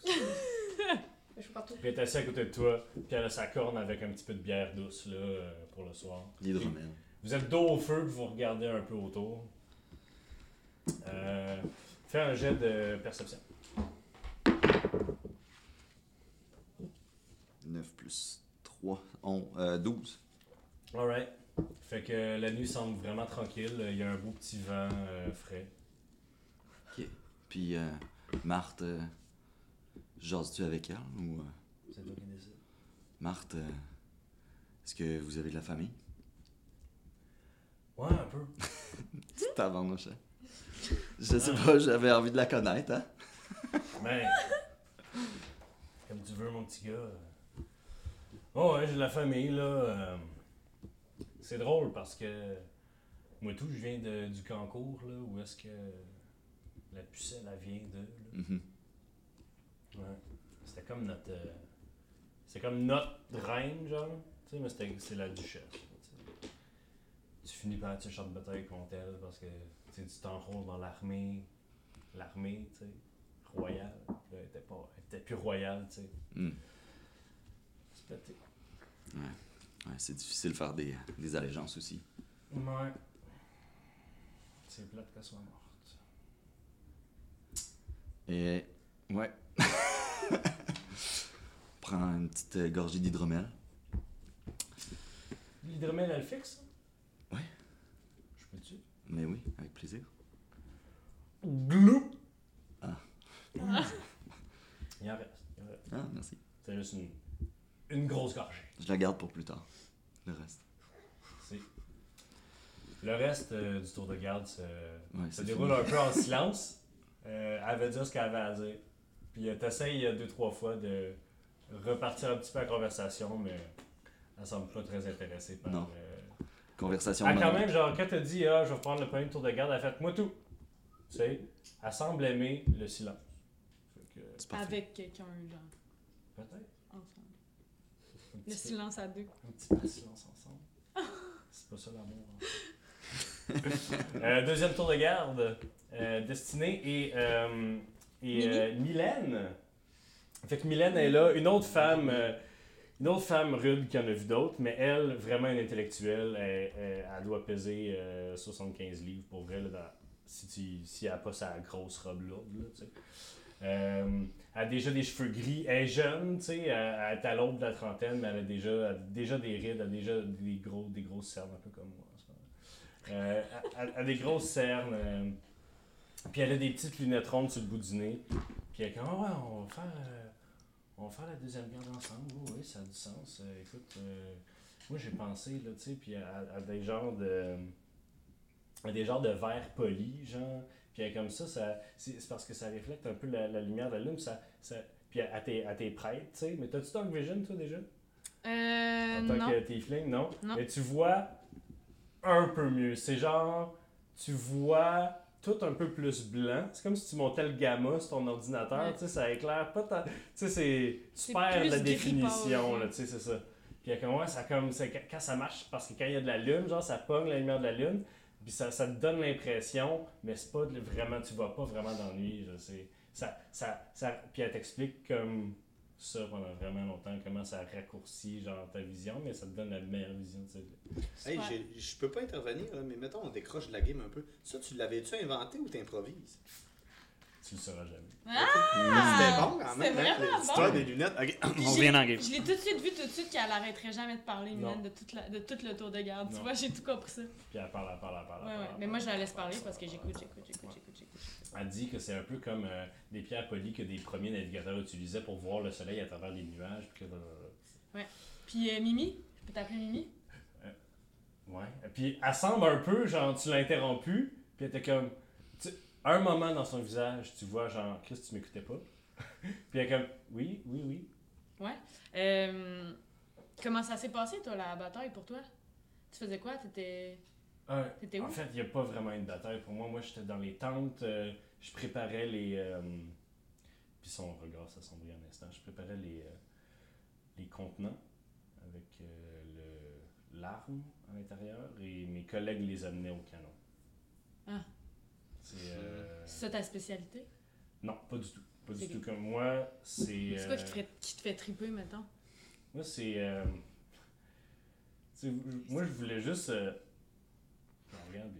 C: Je suis partout.
A: Puis elle est assise à côté de toi, puis elle a sa corne avec un petit peu de bière douce là, euh, pour le soir.
E: L'hydromel.
A: Vous êtes dos au feu, puis vous regardez un peu autour. Euh, fais un jet de perception.
E: 9 plus 3, 11, euh, 12.
A: Alright. Fait que la nuit semble vraiment tranquille, il y a un beau petit vent euh, frais.
E: Puis euh, Marthe, euh, jases-tu avec elle ou... euh,
A: C'est toi qui décide.
E: Marthe, euh, est-ce que vous avez de la famille? [LAUGHS]
A: Ouais, un peu.
E: Petite tabarnouche, hein? Je sais pas, j'avais envie de la connaître, hein?
A: Mais. Comme tu veux, mon petit gars. Oh, ouais, j'ai de la famille, là. euh, C'est drôle parce que. Moi, tout, je viens de- du Cancourt, là, où est-ce que. La pucelle, elle vient de. là.
E: Mhm.
A: Ouais. C'était comme notre. euh, C'est comme notre reine, genre. Tu sais, mais c'était- c'est la duchesse. tu sais. Tu finis par être sur le champ de bataille contre elle parce que tu sais, tu t'enrôles dans l'armée. L'armée, tu sais, royale. Là, elle était, pas, elle était plus royale, tu sais.
E: Mm.
A: C'est pété.
E: Ouais, c'est difficile de faire des, des allégeances aussi.
A: Ouais. C'est plate qu'elle soit morte.
E: Et... Ouais. [LAUGHS] Prends une petite euh, gorgée d'hydromel.
A: L'hydromel, elle fixe?
E: Ouais.
A: Je peux-tu?
E: Mais oui, avec plaisir.
A: Glou! [LAUGHS]
E: Ah.
A: Il en reste. Il en reste.
E: Ah, merci.
A: C'est juste une, une grosse gorgée.
E: Je la garde pour plus tard. Le reste.
A: C'est- Le reste euh, du tour de garde euh, se,
E: Ouais,
A: se
E: c'est
A: déroule
E: fini.
A: un peu en silence. Euh, elle veut dire ce qu'elle avait à dire. Puis euh, t'essayes euh, deux, trois fois de repartir un petit peu la conversation, mais elle semble pas très intéressée par.
E: Non.
A: euh,
E: Conversation
A: ah, quand
E: bonne.
A: même, genre, quand t'as dit, ah, je vais prendre le premier tour de garde, elle a fait, moi tout. Tu sais, elle semble aimer le silence. Fait que,
E: C'est parfait.
D: Avec quelqu'un, genre,
A: peut-être.
D: ensemble.
A: un petit
D: Le
A: peu.
D: silence à deux.
A: Un petit peu de silence ensemble. [LAUGHS] C'est pas ça l'amour. hein. [LAUGHS] Euh, deuxième tour de garde. Euh, Destinée et, euh, et euh, Mylène. Fait que Mylène est là. Une autre femme. euh, une autre femme rude qui en a vu d'autres, mais elle, vraiment une intellectuelle, elle, elle- elle doit peser euh, 75 livres pour vrai, là, dans- si, tu, si elle n'a pas sa grosse robe lourde. Là, tu sais. Euh, elle a déjà des cheveux gris, elle est jeune, tu sais, elle, elle est à l'aube de la trentaine, mais elle a déjà, elle a déjà des rides, elle a déjà des, gros, des grosses cernes, un peu comme moi. en ce moment. Euh, elle, elle a des grosses cernes. euh, puis elle a des petites lunettes rondes sur le bout du nez. Puis elle est comme, Ah ouais, on va faire, euh, on va faire la deuxième guerre ensemble. Oui, oui, ça a du sens. Euh, écoute, euh, moi j'ai pensé, là, tu sais, puis elle, elle a des genres de. elle a des genres de verres polis, genre. Puis elle est comme ça, ça c'est c'est parce que ça reflète un peu la, la lumière de la lune. puis Ça, ça, puis elle, elle t'est- elle t'est prête, tu sais. Mais t'as-tu Dark Vision, toi, déjà?
D: Euh.
A: en tant
D: Non.
A: que tiefling, non.
D: Non.
A: Mais tu vois un peu mieux. C'est genre, tu vois tout un peu plus blanc. C'est comme si tu montais le gamma sur ton ordinateur.
D: Ouais.
A: Tu sais, ça éclaire pas tant. Tu sais, c'est. Tu
D: C'est
A: perds
D: plus
A: la
D: gris
A: définition,
D: pâle,
A: là.
D: ouais.
A: Tu sais, c'est ça. Puis elle commence ça comme. c'est quand- Quand ça marche, parce que quand il y a de la lune, genre, ça pogne la lumière de la lune. Puis ça, ça te donne l'impression, mais c'est pas de- vraiment. Tu vois pas vraiment d'ennui, je sais. Ça, ça, ça, puis elle t'explique comme ça pendant vraiment longtemps, comment ça raccourcit genre ta vision, mais ça te donne la meilleure vision. tu sais.
B: Hey,
D: Super.
B: j'ai- je peux pas intervenir, là, mais mettons, on décroche de la game un peu. Ça, tu l'avais-tu inventé ou t'improvises?
A: Tu le sauras jamais. Ah,
B: C'était bon quand
D: Ah, c'est
B: même, hein?
D: vraiment
B: L'histoire
D: bon.
B: des lunettes. Ok,
D: Puis
B: on
D: j'ai-
B: revient dans la game.
D: Je l'ai tout de suite vu tout de suite qu'elle arrêterait jamais de parler,
A: Non.
D: Mylène, de, toute la- de tout le tour de garde. Tu
A: Non. Ah,
D: vois, j'ai tout compris ça. Ouais,
A: Puis elle parle, elle parle, elle parle. elle
D: ouais.
A: parle,
D: Mais
A: elle
D: moi, je la
A: parle,
D: laisse
A: elle parle,
D: parler
A: elle
D: parce que
A: parle,
D: j'écoute,
A: elle
D: j'écoute, j'écoute, j'écoute, j'écoute.
A: parle. Elle dit que c'est un peu comme euh, des pierres polies que des premiers navigateurs utilisaient pour voir le soleil à travers les nuages. Puis que,
D: Puis euh, Mimi, je peux t'appeler Mimi?
A: Ouais. Puis elle semble un peu, genre, tu l'as interrompu, puis elle était comme. tu- un moment dans son visage, tu vois, genre, Chris, tu m'écoutais pas. [LAUGHS] puis elle est comme, oui, oui, oui.
D: Euh, comment ça s'est passé, toi, la bataille pour toi? Tu faisais quoi? T'étais.
A: Euh,
D: T'étais où?
A: En fait, il n'y a pas vraiment une bataille pour moi. Moi, j'étais dans les tentes, euh, je préparais les. euh, puis son regard s'assombrit un instant. Je préparais les, euh, les contenants avec euh, le- l'arme à l'intérieur et mes collègues les amenaient au canon.
D: Ah.
A: C'est. euh,
D: C'est ça ta spécialité?
A: non, pas du tout. Pas du
D: C'est-
A: tout comme moi. C'est.
D: C'est quoi qui
A: euh,
D: te, ferait- qui te fait triper, maintenant?
A: moi, c'est. euh, tu sais, moi, je voulais juste. euh, non, regarde.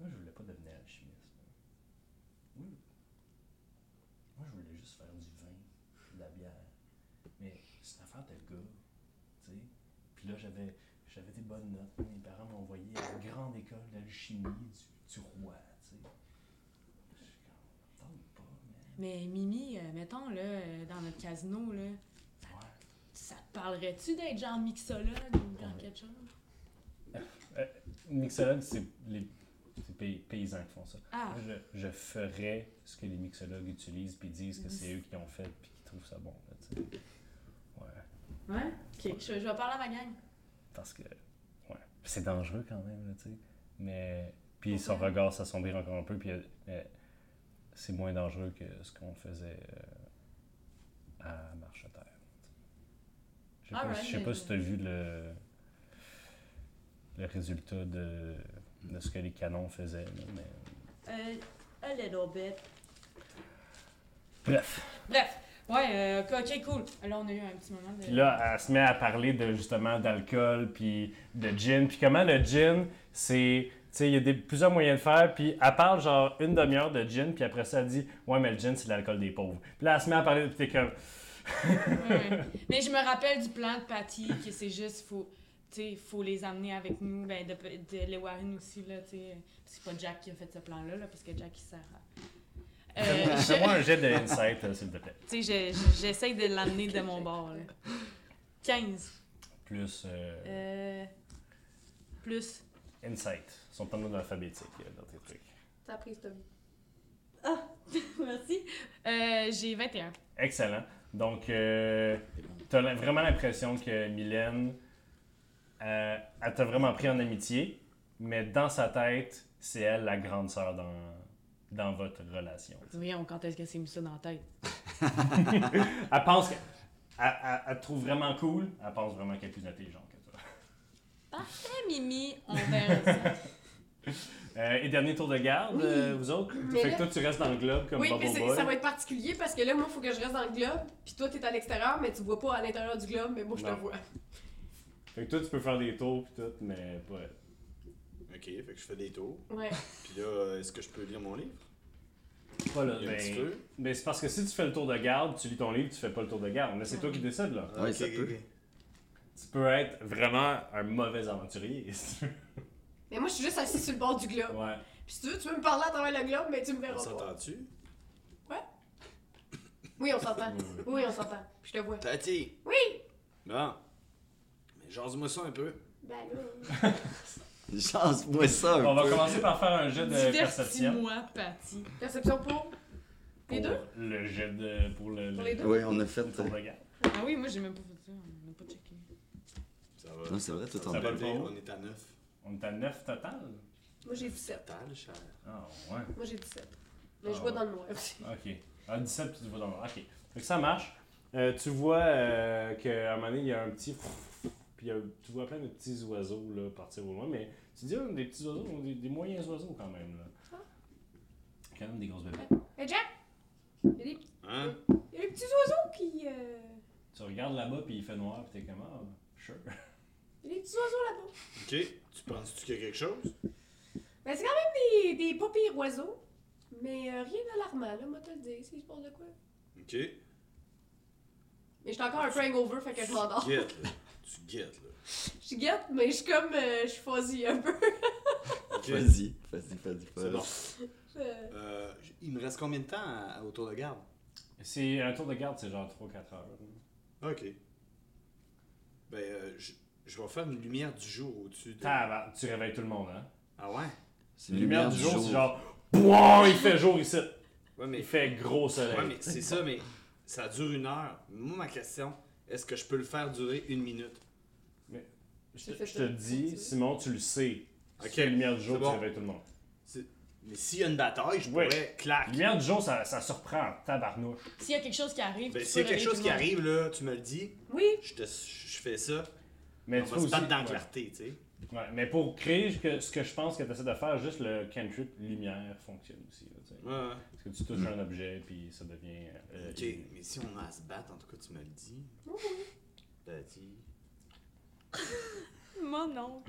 A: Moi, je voulais pas devenir alchimiste. hein. Moi, je- moi, je voulais juste faire du vin, de la bière. Mais c'est une affaire de gars. Tu sais. Puis là, j'avais, j'avais des bonnes notes. Mes parents m'ont envoyé à la grande école d'alchimie du, du roi. Tu sais. Je suis comme, Tente pas, man.
D: Mais Mimi, euh, mettons, là, euh, dans notre casino, là,
A: Ouais.
D: ça te parlerait-tu d'être genre mixologue ou genre quelque chose?
A: Mixologue, c'est les c'est les paysans qui font ça.
D: Ah!
A: Je, je ferais ce que les mixologues utilisent puis disent que c'est eux qui ont fait puis qui trouvent ça bon. là, tu sais. ouais.
D: Ouais? Ok, je, je vais parler à ma gang.
A: Parce que. Ouais. C'est dangereux quand même, là, tu sais. Mais. Puis son
D: Pourquoi?
A: regard s'assombrit encore un peu, puis euh, euh, c'est moins dangereux que ce qu'on faisait euh, à marche terre. Je sais pas,
D: Alright,
A: si- je sais pas
D: mais-
A: si tu as vu le, le résultat de, de ce que les canons faisaient, là, mais.
D: Euh, a little bit.
A: Bref.
D: Bref, ouais, euh, ok, cool. Là, on a eu un petit moment de.
A: Puis là, elle se met à parler de justement d'alcool, puis de gin. Puis comment le gin, c'est. Tu sais, il y a des, plusieurs moyens de faire. Puis elle parle genre une demi-heure de gin, puis après ça, elle dit Ouais, mais le gin, c'est l'alcool des pauvres. Puis là, elle se met à parler, puis t'es comme.
D: Ouais, ouais. Mais je me rappelle du plan de Patty, que c'est juste, faut, tu sais, faut les amener avec nous, ben, de, de les Warren aussi, là, tu sais. C'est pas Jack qui a fait ce plan-là, là, parce que Jack, il sert à- Euh, je-
A: Fais-moi un jet de insight, euh, s'il te plaît.
D: tu sais, je- je- j'essaye de l'amener de mon bord, là. 15.
A: Plus euh,
D: Euh, plus.
A: insight. Ils sont en mode alphabétique euh, dans tes trucs.
C: T'as pris cette vie.
D: Merci. Euh, J'ai 21.
A: Excellent. Donc, euh, t'as la- vraiment l'impression que Mylène, euh, elle t'a vraiment pris en amitié, mais dans sa tête, c'est elle la grande sœur dans, dans votre relation.
D: Voyons, quand est-ce que c'est mis ça dans la tête?
A: Elle pense qu'elle elle- elle- elle te trouve vraiment cool, elle pense vraiment qu'elle est plus intelligente que toi.
D: Eh, Mimi, on verra ça.
B: [LAUGHS]
A: Euh, et dernier tour de garde,
C: Oui.
A: euh, vous autres.
C: Mais
A: fait
C: là-
A: que toi, tu restes dans le globe comme
C: Oui,
A: Bubble
C: mais c'est-
A: Boy.
C: ça va être particulier parce que là, moi, il faut que je reste dans le globe, puis toi, t'es à l'extérieur, mais tu vois pas à l'intérieur du globe, mais moi, je te
A: Non.
C: vois.
A: Fait que toi, tu peux faire des tours pis tout, mais pas elle.
B: fait que je fais des tours.
C: Ouais.
B: Puis là, euh, est-ce que je peux lire mon livre?
A: Pas là,
B: Il y a un
A: ben-
B: petit peu.
A: Mais c'est parce que si tu fais le tour de garde, tu lis ton livre, tu fais pas le tour de garde. Mais c'est toi qui décides, là.
E: Ouais, ça
B: Ok,
E: peut.
B: ok, ok.
A: Tu peux être vraiment un mauvais aventurier. si tu veux.
C: Mais moi, je suis juste assise sur le bord du
A: [LAUGHS]
C: globe.
A: Ouais.
C: Puis si tu veux, tu peux me parler à travers le globe, mais tu me
B: On
C: verras pas.
B: s'entend-tu?
C: Oui, on s'entend.
A: Ouais, ouais.
C: Oui, on s'entend. Je te vois.
B: Tati!
C: Oui!
B: Bon. Mais jase-moi ça un peu.
C: Ben là.
E: Chance-moi ça un
A: On va
E: peu.
A: commencer par faire un jet de perception.
D: Divertis-moi, Patty.
C: Perception pour les deux?
A: Pour Le jet de. Pour le.
C: Pour
A: le-
C: les deux?
E: Oui, on a fait. euh,
A: pour le gars.
D: Ah oui, moi, j'ai même pas fait ça. On n'a pas checké.
B: Ça va.
E: Non, c'est vrai, tout en
A: Ça va.
E: bas.
A: le
B: Tati,
A: bon.
B: On est à 9.
A: On est à 9 total.
C: Moi, j'ai 17.
B: Total, cher.
A: Ah, ouais.
C: Moi, j'ai 17. Mais
A: Ah,
C: je vois
A: ouais.
C: dans le noir [LAUGHS] aussi.
A: Ok. À 17, tu te vois dans le noir. Ok. Fait que ça marche. Euh, tu vois euh, qu'à un moment donné, il y a un petit. [LAUGHS] Puis il y a- tu vois plein de petits oiseaux là, partir au loin. Mais tu dis, ah, des petits oiseaux, des, des moyens oiseaux quand même. Là.
C: Ah.
A: Quand même des grosses bébés.
C: Hey Jack! Il y a des,
B: Hein?
C: il y a des petits oiseaux qui. euh,
A: Tu regardes là-bas, puis il fait noir, puis t'es comme, ah, sure.
C: Il y a des petits oiseaux là-bas.
B: Ok. Tu penses-tu qu'il y a quelque chose?
C: Ben, c'est quand même des, des pas pires oiseaux. Mais euh, rien d'alarmant, là, moi, te le dire, si je pense de quoi.
B: Ok. Tu
C: Mais j'étais encore un peu hangover, fait que je m'endors.
B: guettes, là. Tu guettes, là.
C: [LAUGHS] Je suis guette, mais je suis comme. euh, je suis fuzzy un peu. [LAUGHS]
B: Ok.
E: Vas-y, vas-y, vas-y,
B: C'est bon.
E: vas-y.
C: Euh,
B: Euh, j- il me reste combien de temps à- à- autour de garde?
A: C'est un tour de garde, c'est genre 3-4 heures.
B: Ok. Ben, euh, je- je vais faire une lumière du jour au-dessus de.
A: Tabarnak, tu réveilles tout le monde, hein?
B: Ah ouais?
E: C'est
A: La lumière du jour, c'est genre. Pouah, il fait jour ici.
B: Ouais,
A: Il
B: mais,
A: fait gros soleil.
B: ouais, mais c'est ça, mais ça dure une heure. Moi, ma question, est-ce que je peux le faire durer une minute?
A: je, te- je te dis, Simon, tu le sais.
B: Ok,
A: C'est la lumière du jour,
B: c'est bon.
A: tu réveilles tout le monde.
B: Mais s'il y a une bataille, je
A: Ouais.
B: pourrais clac.
A: La lumière du jour, ça, ça surprend en tabarnouche.
D: S'il y a quelque chose qui arrive,
B: Ben,
D: tu
B: s'il y a
D: peux
B: quelque
D: réveiller
B: chose
D: tout
B: qui
D: le monde.
B: arrive, là, tu me le dis,
C: oui!
B: je, te, je fais ça.
A: Mais
B: on
A: tu
B: va
A: peux
B: se
A: aussi-
B: battre dans la
A: ouais.
B: clarté, tu sais.
A: Ouais, mais pour créer que- ce que je pense que tu essaies de faire, juste le cantrip lumière fonctionne aussi. là, tu sais.
B: Ouais, ouais.
A: Parce que tu touches un objet, puis ça devient. euh,
B: Ok,
A: illuminé.
B: mais si on a à se battre, en tout cas, tu me le dis. Ben, dis.
D: Mon nom.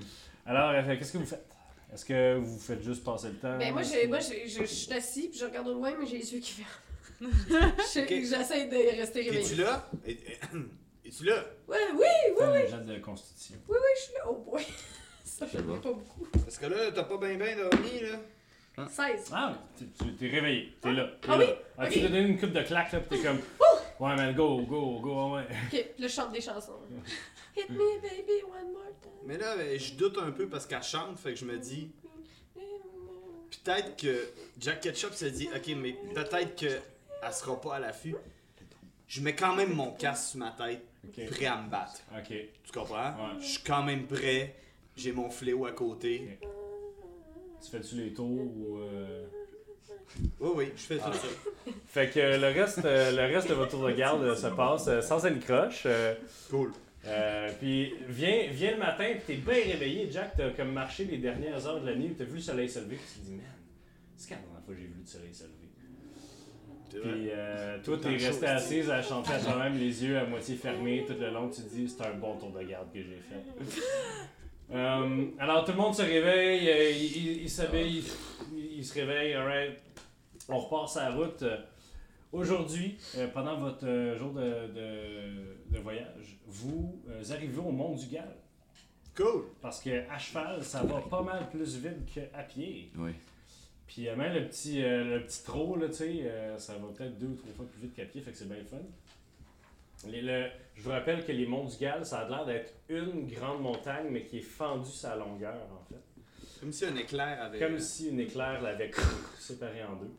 A: Alors, euh, qu'est-ce que vous faites Est-ce que vous faites juste passer le temps
C: Ben moi, j'ai- moi j'ai- je je suis assis puis je regarde au loin, mais j'ai les yeux qui ferment. [LAUGHS] Je-
B: Ok.
C: J'essaie de rester
B: Es-tu
C: réveillée.
B: là? Et- [CLEARS THROAT] Es-tu là?
C: Ouais, oui,
A: Fais un jet de constitution.
C: oui, je suis là. Oh boy. [LAUGHS] Ça
E: Ça
C: fait
E: va.
C: pas beaucoup.
B: Parce que là, t'as pas bien bien dormi, là.
C: 16.
A: Ah, tu tu- t'es réveillé, t'es là. t'es
C: Ah
A: là.
C: oui?
A: Ah,
C: Ok.
A: Tu t'es donné une coupe de claque, là, pis t'es comme. Ouais, man, go, go, go, ouais.
C: Ok, puis là, je chante des chansons. Hit me, baby, one more time.
B: Mais là, ben, je doute un peu parce qu'elle chante, fait que je me dis, peut-être que Jack Ketchup se dit, ok, mais peut-être que elle sera pas à l'affût. Je mets quand même mon casque sur ma tête,
A: Ok.
B: prêt à me battre.
A: Ok.
B: Tu comprends?
A: Ouais.
B: Je suis quand même prêt. J'ai mon fléau à côté.
A: Tu fais-tu les tours ou. euh,
B: Oui, oui, je fais tout
A: Ah.
B: ça.
A: Fait que euh, le reste, euh, le reste de votre tour de garde euh, se passe euh, sans une croche. euh,
B: Cool.
A: euh, puis viens, viens le matin, puis t'es bien réveillé, Jack. T'as comme marché les dernières heures de la nuit, puis t'as vu le soleil se lever, puis tu te dis, man, c'est quand la dernière fois que j'ai vu le soleil se lever?
B: C'est vrai.
A: Puis euh, toi,
B: Tout
A: t'es
B: le temps
A: resté
B: chaud,
A: assise à chanter à toi-même, les yeux à
B: [LAUGHS]
A: moitié fermés tout le long. Tu te dis, c'est un bon tour de garde que j'ai fait. Euh, alors, tout le monde se réveille, euh, il, il- il s'habille,
B: Ah.
A: il, il se réveille, alright. On repart sa route. Euh, Aujourd'hui, euh, pendant votre euh, jour de, de- de voyage, vous euh, arrivez au Mont du Gal.
B: Cool.
A: Parce que à cheval, ça va pas mal plus vite qu'à pied.
E: Oui.
A: Puis euh, même le petit, euh, le petit trot, là, tu sais, euh, ça va peut-être deux ou trois fois plus vite qu'à pied, fait que c'est bien le fun. Les- le- je vous rappelle que les monts du Gal, ça a l'air d'être une grande montagne, mais qui est fendue sa longueur, en fait.
B: Comme si un éclair avait.
A: Comme si une éclair l'avait séparée en deux.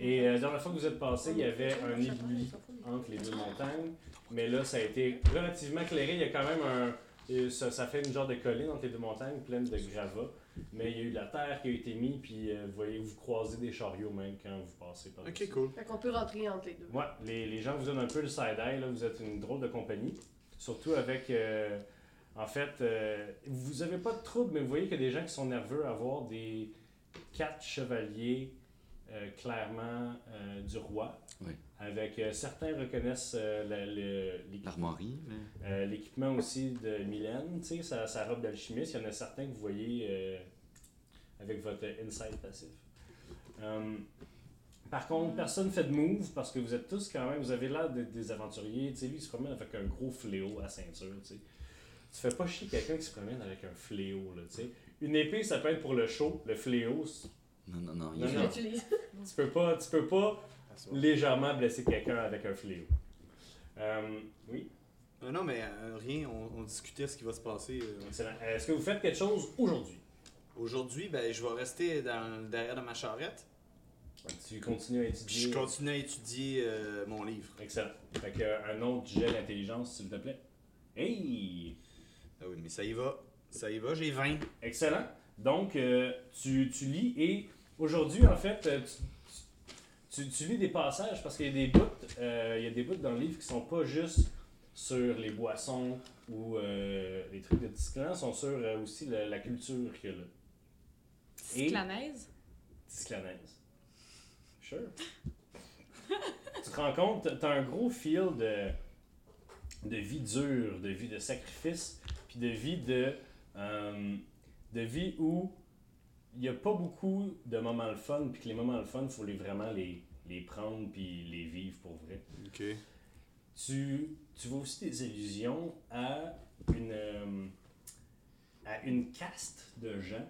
A: Et euh, la dernière fois que vous êtes passé, il y avait un éboulis entre les deux montagnes, mais là, ça a été relativement éclairé. Il y a quand même un. euh, Ça, ça fait une genre de colline entre les deux montagnes, pleine de gravats. Mais il y a eu de la terre qui a été mise, puis euh, vous voyez, vous croisez des chariots même quand vous passez par
B: Ok, cool.
C: Fait qu'on peut rentrer entre les deux.
A: Ouais, les, les gens vous donnent un peu le side-eye, là, vous êtes une drôle de compagnie. Surtout avec, euh, en fait, euh, vous avez pas de trouble, mais vous voyez que des gens qui sont nerveux à voir des quatre chevaliers, euh, clairement, euh, du roi.
E: Oui.
A: Avec, euh, certains reconnaissent euh, la- le- l'équipe-
E: L'armoirie, mais.
A: euh, l'équipement aussi de Mylène, tu sais, sa, sa robe d'alchimiste. Il y en a certains que vous voyez euh, avec votre inside passif. Hum, par contre, personne ne fait de move parce que vous êtes tous quand même, vous avez l'air d'être des aventuriers. Tu sais, lui, il se promène avec un gros fléau à ceinture, tu sais. Tu fais pas chier quelqu'un qui se promène avec un fléau, là, tu sais. Une épée, ça peut être pour le show, le fléau. c-
E: Non, non, non. Il
A: Non,
E: est
C: Je
A: non.
E: genre-
C: l'utilise.
A: Tu peux pas, tu peux pas
B: Assoir.
A: légèrement blesser quelqu'un avec un fléau. Euh, oui,
B: Euh, non, mais euh, rien, on, on discutait ce qui va se passer. euh,
A: excellent. Est-ce que vous faites quelque chose aujourd'hui?
B: Aujourd'hui, ben, je vais rester dans, derrière de ma charrette.
A: Tu continues à
B: Puis je
A: étudier.
B: continue à étudier euh, mon livre.
A: Excellent. Fait que, euh, un autre jet d'intelligence, s'il te plaît. Hey!
B: Ah oui, mais ça y va. Ça y va, j'ai 20.
A: Excellent. Donc, euh, tu, tu lis et aujourd'hui, en fait, euh, tu, tu- tu lis des passages parce qu'il y a des bouts, euh, il y a des bouts dans le livre qui sont pas juste sur les boissons ou euh, les trucs de Tisclan, sont sur euh, aussi la, la culture qu'il y a là. Et-
D: Cyclanaise.
A: Tisclanaise. Sure. tu te rends compte, t'as un gros fil de, de vie dure, de vie de sacrifice, puis de vie de, euh, de vie où il n'y a pas beaucoup de moments le fun, puis que les moments le fun, faut les, vraiment les, les prendre puis les vivre pour vrai
B: Ok.
A: tu, tu vois aussi des allusions à une, euh, à une caste de gens,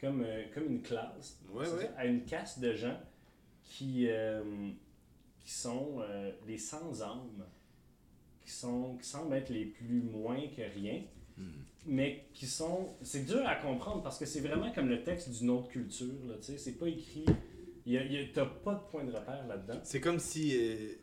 A: comme, euh, comme une classe,
B: Ouais,
A: c'est
B: ouais.
A: ça, à une caste de gens qui, euh, qui sont euh, les sans-âme, qui, sont, qui semblent être les plus moins que rien,
B: Hmm.
A: mais qui sont... C'est dur à comprendre parce que c'est vraiment comme le texte d'une autre culture, là, tu sais, c'est pas écrit... Y a- y a- T'as pas de point de repère là-dedans.
B: C'est comme si. euh,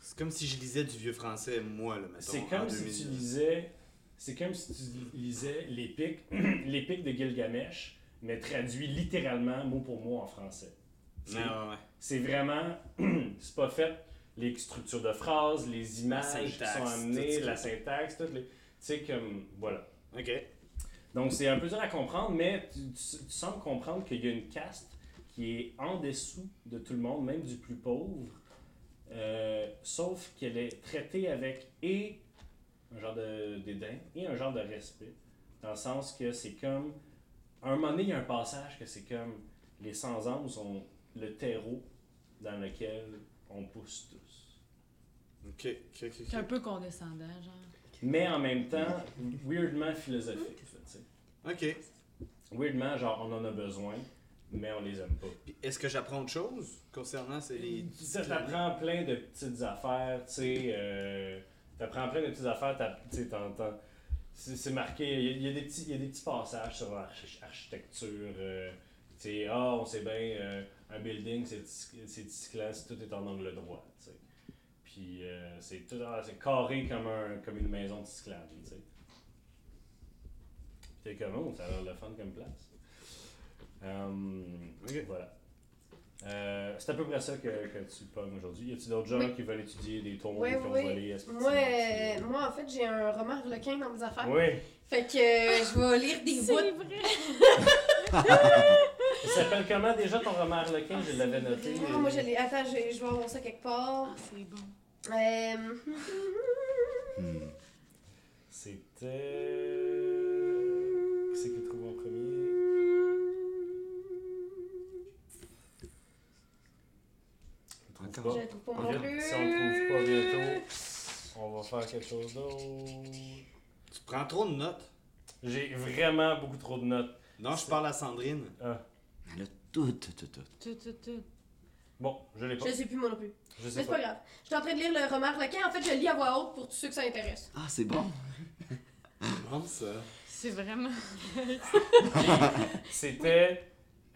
B: c'est comme si je lisais du vieux français, moi, là, mettons.
A: C'est
B: en
A: comme si
B: 2000.
A: tu lisais. C'est comme si tu lisais l'épique, [CLEARS THROAT] l'épique de Gilgamesh, mais traduit littéralement mot pour mot en français. C'est-
B: Non, ouais.
A: C'est vraiment, [CLEARS THROAT] c'est pas fait les structures de phrases, les images qui sont
B: syntaxe,
A: amenées,
B: tout ça.
A: la syntaxe, tout les, tu sais comme voilà.
B: Ok.
A: Donc c'est un peu dur à comprendre, mais tu, tu- tu sembles comprendre qu'il y a une caste qui est en dessous de tout le monde, même du plus pauvre, euh, sauf qu'elle est traitée avec et un genre de dédain et un genre de respect, dans le sens que c'est comme à un moment donné il y a un passage que c'est comme les sans âmes sont le terreau dans lequel on pousse tous.
B: Ok. Ok. ok,
D: C'est un peu condescendant, genre.
A: Mais en même temps, weirdement philosophique. là, tu sais.
B: ok. Ok.
A: Weirdement, genre, on en a besoin, mais on les aime pas.
B: Puis Est-ce que j'apprends autre chose concernant ces. les-
A: Ça t'apprend plein de petites affaires, tu sais. euh, t'apprends plein de petites affaires, t'as- tu sais, t'entends. C'est c'est marqué, il y, a- il y a des petits- il y a des petits passages sur l'arch- l'architecture. euh, tu sais, ah, on sait bien, euh, un building, c'est tic- c'est Tisclan, c'est tout est en angle droit, tu sais. Puis euh, c'est tout ah, c'est carré comme, un, comme une maison de Tisclan, tu sais. Puis T'es comme, oh, ça a l'air le fun comme place. Hum,
B: Ok.
A: Voilà. Euh, c'est à peu près ça que, que tu pognes aujourd'hui. Y a-tu d'autres gens
C: Oui.
A: qui veulent étudier des tombes
C: Oui,
A: qui ont
C: oui.
A: volé à ce petit
C: Moi,
A: marché?
C: euh, moi, en fait, j'ai un roman harlequin dans mes affaires.
A: Oui.
C: Fait que euh, je vais lire des
D: C'est
C: bouts.
D: vrai!
A: Il s'appelle comment déjà ton roman Harlequin Je l'avais noté.
C: Ah, moi, je l'ai. Attends, je, je vais avoir ça quelque part.
D: Ah, c'est bon.
C: Euh,
E: Hmm.
A: C'était. Qui c'est qu'il trouve en premier On le trouve
C: je
E: Encore.
A: pas.
C: la trouve pas
A: On
C: non
A: vient-
C: plus.
A: Si on le trouve pas bientôt, on va faire quelque chose d'autre.
B: Tu prends trop de notes.
A: J'ai vraiment beaucoup trop de notes.
B: Non, je parle à Sandrine.
A: Ah.
E: Elle a tout, tout, tout, tout.
D: Tout, tout, tout.
A: Bon, je l'ai pas.
C: Je sais plus, moi non plus.
A: Je
C: Mais
A: sais
C: c'est
A: pas.
C: pas grave. Je suis en train de lire le roman harlequin. En fait, je le lis à voix haute pour tous ceux que ça intéresse.
E: Ah, c'est bon.
B: Bon, ça.
D: C'est vraiment.
A: C'était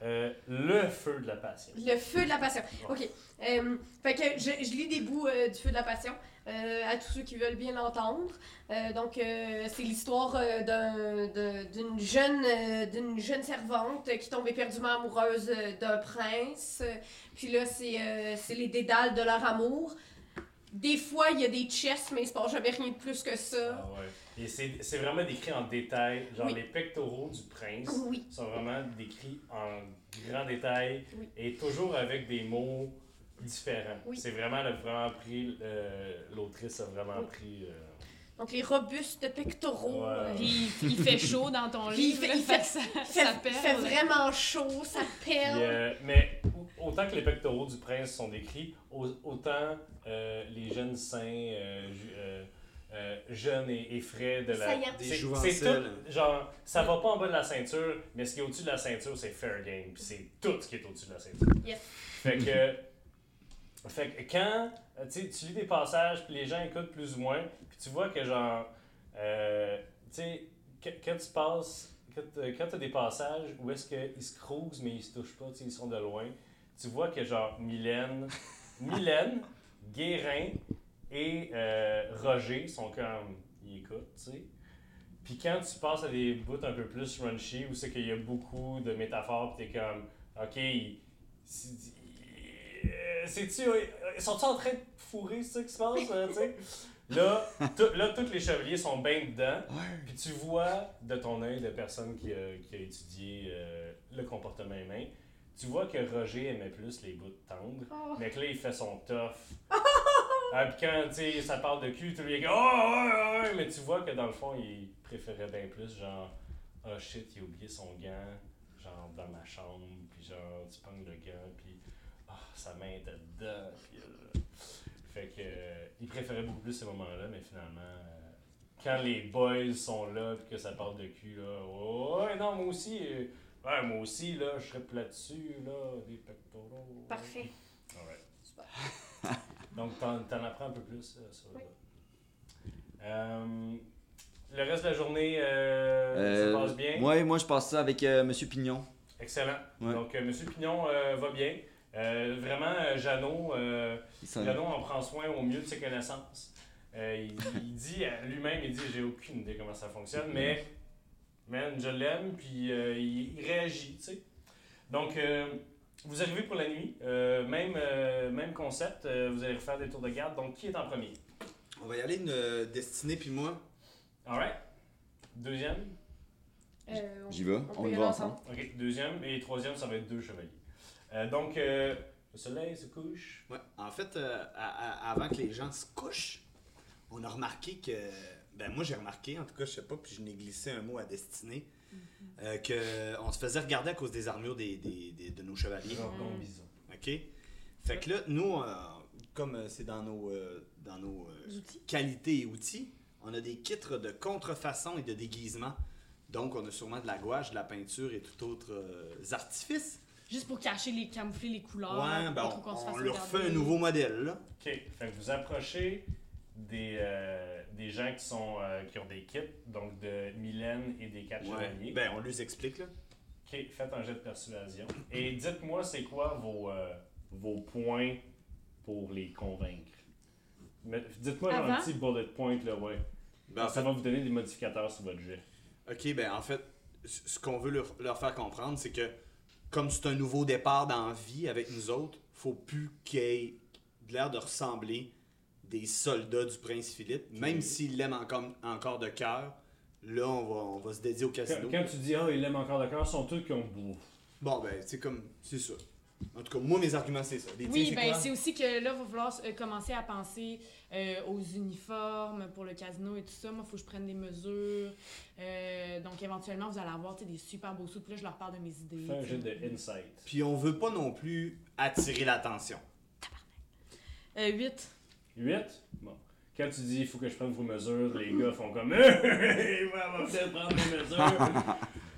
A: euh, le feu de la passion.
C: Le feu de la passion. Ok. Euh, fait que je, je lis des bouts euh, du feu de la passion euh, à tous ceux qui veulent bien l'entendre. Euh, donc euh, c'est l'histoire euh, d'un- d'un- d'une jeune euh, d'une jeune servante qui tombe éperdument amoureuse euh, d'un prince. Euh, Puis là c'est euh, c'est les dédales de leur amour. Des fois il y a des chests mais il se passe jamais rien de plus que ça.
A: Ah ouais. Et c'est c'est vraiment décrit en détail. Genre,
C: Oui.
A: les pectoraux du prince
C: Oui.
A: sont vraiment décrits en grand détail
C: Oui.
A: et toujours avec des mots différents.
C: Oui.
A: C'est vraiment, elle a vraiment pris, euh, l'autrice a vraiment
C: Oui.
A: pris. euh,
C: Donc les robustes pectoraux.
A: Ouais.
C: euh,
D: Puis il fait chaud dans ton
C: Puis
D: livre.
C: il fait-
D: là,
C: il
D: fait que ça,
C: Il fait,
D: ça
C: il
D: perd.
C: fait vraiment chaud, ça
A: Puis,
C: perle.
A: euh, mais au- autant que les pectoraux du prince sont décrits, au- autant euh, les jeunes saints, euh, ju- euh, euh, jeunes et, et frais de la.
C: Saillants.
B: Des
A: c'est- C'est
B: jouvencelles.
A: tout. Genre, ça va pas en bas de la ceinture, mais ce qui est au-dessus de la ceinture, c'est fair game. Puis c'est tout ce qui est au-dessus de la ceinture.
C: Yes.
A: Fait que. fait que quand euh, tu sais, tu lis des passages, puis les gens écoutent plus ou moins, puis tu vois que genre. euh, tu sais, que- quand tu passes. Quand, euh, quand t'as des passages où est-ce qu'ils se crousent, mais ils se touchent pas, tu sais, ils sont de loin, tu vois que genre Mylène. Mylène, Guérin et euh, Roger sont comme. Ils écoutent, tu sais. Puis quand tu passes à des bouts un peu plus raunchy, où c'est qu'il y a beaucoup de métaphores, pis t'es comme, ok, ils- c'est- euh, c'est-tu. euh, Ils sont-tu en train de fourrer, c'est ça qui se passe, euh, tu sais? Là, tout- là, tous les chevaliers sont bien dedans, puis tu vois de ton œil de personne qui a, qui a étudié euh, le comportement humain, tu vois que Roger aimait plus les bouts tendres,
C: Oh.
A: mais que là, il fait son tough. Ah, puis quand tu sais, ça parle de cul, tout le monde est comme, oh, ouais, ouais, ouais, mais tu vois que dans le fond, il préférait bien plus, genre, oh shit, il a oublié son gant, genre, dans ma chambre, puis genre, tu pognes le gant, puis ah, sa main était dedans, puis euh, Fait que, euh, il préférait beaucoup plus ces moments-là, mais finalement, euh, quand les boys sont là, puis que ça parle de cul, là, oh, ouais, non, moi aussi, euh, ouais, moi aussi, là, je serais plat dessus, là, des pectoraux.
C: Parfait.
A: Alright.
C: Super.
A: Donc, t'en, t'en apprends un peu plus euh, sur le
C: Oui.
A: gars. Euh, le reste de la journée euh,
E: Euh,
A: se passe bien.
E: Ouais, moi je passe ça avec euh, Monsieur Pignon.
A: Excellent.
E: Ouais.
A: Donc, euh, Monsieur Pignon euh, va bien. Euh, vraiment, euh, Jeannot, euh,
E: Il s'en-
A: Jeannot en prend soin au mieux de ses connaissances. Euh, il, il dit à lui-même, il dit J'ai aucune idée comment ça fonctionne, mais man, je l'aime, puis euh, il, il réagit, tu sais. Donc, euh, vous arrivez pour la nuit, Euh, même, euh, même concept, euh, vous allez refaire des tours de garde. Donc, qui est en premier
B: On va y aller une euh, destinée puis moi.
A: Alright. Deuxième.
C: Euh, on-
E: J'y vais,
C: peut
E: on
C: y
E: y
C: aller
E: va ensemble.
A: Ok, deuxième. Et troisième, ça va être deux chevaliers. Euh, donc, euh, le soleil se couche.
B: Ouais. En fait, euh, à- à- avant que les gens se couchent, on a remarqué que. Ben, moi, j'ai remarqué, en tout cas, je sais pas, puis je n'ai glissé un mot à destinée,
D: Mm-hmm.
B: euh, que on se faisait regarder à cause des armures des, des- des- de nos chevaliers.
A: Genre,
D: Mm.
A: bon bison.
B: OK? Fait que là, nous, euh, comme euh, c'est dans nos, euh, dans nos euh,
D: Les outils.
B: qualités et outils, on a des kits de contrefaçon et de déguisement. Donc, on a sûrement de la gouache, de la peinture et tout autre euh, artifice.
D: Juste pour cacher, les camoufler les couleurs.
B: ouais, ben,
D: pas trop
B: on,
D: Ah, qu'on se
B: on
D: fasse
B: leur
D: regarder.
B: fait un nouveau modèle, là.
A: Ok, fait que vous approchez des, euh, des gens qui, sont, euh, qui ont des kits, donc de Mylène et des quatre chevaliers.
B: Ben, on lui explique, là.
A: Ok, faites un jet de persuasion. Et dites-moi, c'est quoi vos, euh, vos points pour les convaincre? Mais Dites-moi genre, un
D: Avant?
A: petit bullet point, là, ouais.
B: Ben, en
A: ça va vous donner des modificateurs sur votre jet.
B: OK, ben en fait, c- ce qu'on veut leur, leur faire comprendre, c'est que comme c'est un nouveau départ dans la vie avec nous autres, faut plus qu'ils aient de l'air de ressembler des soldats du prince Philippe, même s'ils l'aiment encore, encore de cœur. Là, on va, on va se dédier au
A: Quand,
B: casino.
A: quand tu dis, ah, il aime encore le cœur, ils sont tous qui ont bouffe.
B: Bon, ben, c'est comme, c'est ça. En tout cas, moi, mes arguments, c'est ça. Les tiens,
D: Oui,
B: c'est
D: ben
B: quoi?
D: c'est aussi que là, il va falloir euh, commencer à penser euh, aux uniformes pour le casino et tout ça. Moi, il faut que je prenne des mesures. Euh, donc, éventuellement, vous allez avoir tu sais, des super beaux sous. Puis là, je leur parle de mes idées.
A: Fais un
D: tu
A: jet
D: sais.
A: de insight.
B: Puis on veut pas non plus attirer l'attention.
D: Euh, 8.
A: 8? Bon. Quand tu dis il faut que je prenne vos mesures, les gars font comme [LAUGHS] Hey, ouais, on va peut-être prendre des mesures.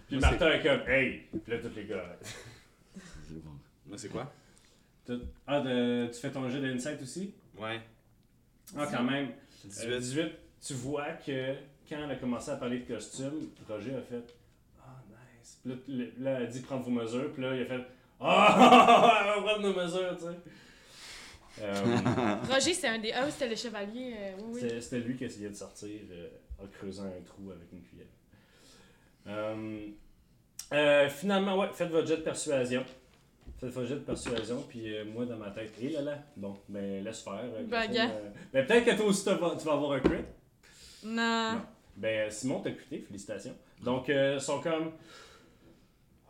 A: Puis Martin est comme Hey! Puis là, tous les gars.
B: Moi, Ben, c'est quoi?
A: Tout- Ah, de- tu fais ton jeu d'insight aussi?
B: Ouais.
A: Ah, quand même. Euh,
B: 18.
A: 18. Tu vois que quand elle a commencé à parler de costume, Roger a fait Ah, nice. Puis là, t- le- là, elle a dit prendre vos mesures. Puis là, il a fait [LAUGHS] Ah, on va prendre nos mesures, tu sais. Euh,
D: Roger, c'est un des. Ah, oui, c'était le chevalier. euh, oui, oui.
A: C'était- C'était lui qui essayait de sortir euh, en creusant un trou avec une cuillère. Euh, euh, finalement, ouais, faites votre jet de persuasion. Faites votre jet de persuasion, puis euh, moi dans ma tête, hé là là, bon, ben laisse faire. euh,
D: Ben,
A: Catherine,
D: gars.
A: euh, ben, peut-être que toi aussi tu vas, tu vas avoir un crit.
D: Non.
A: Non. Ben Simon t'a cuté, félicitations. Donc euh, ils sont comme.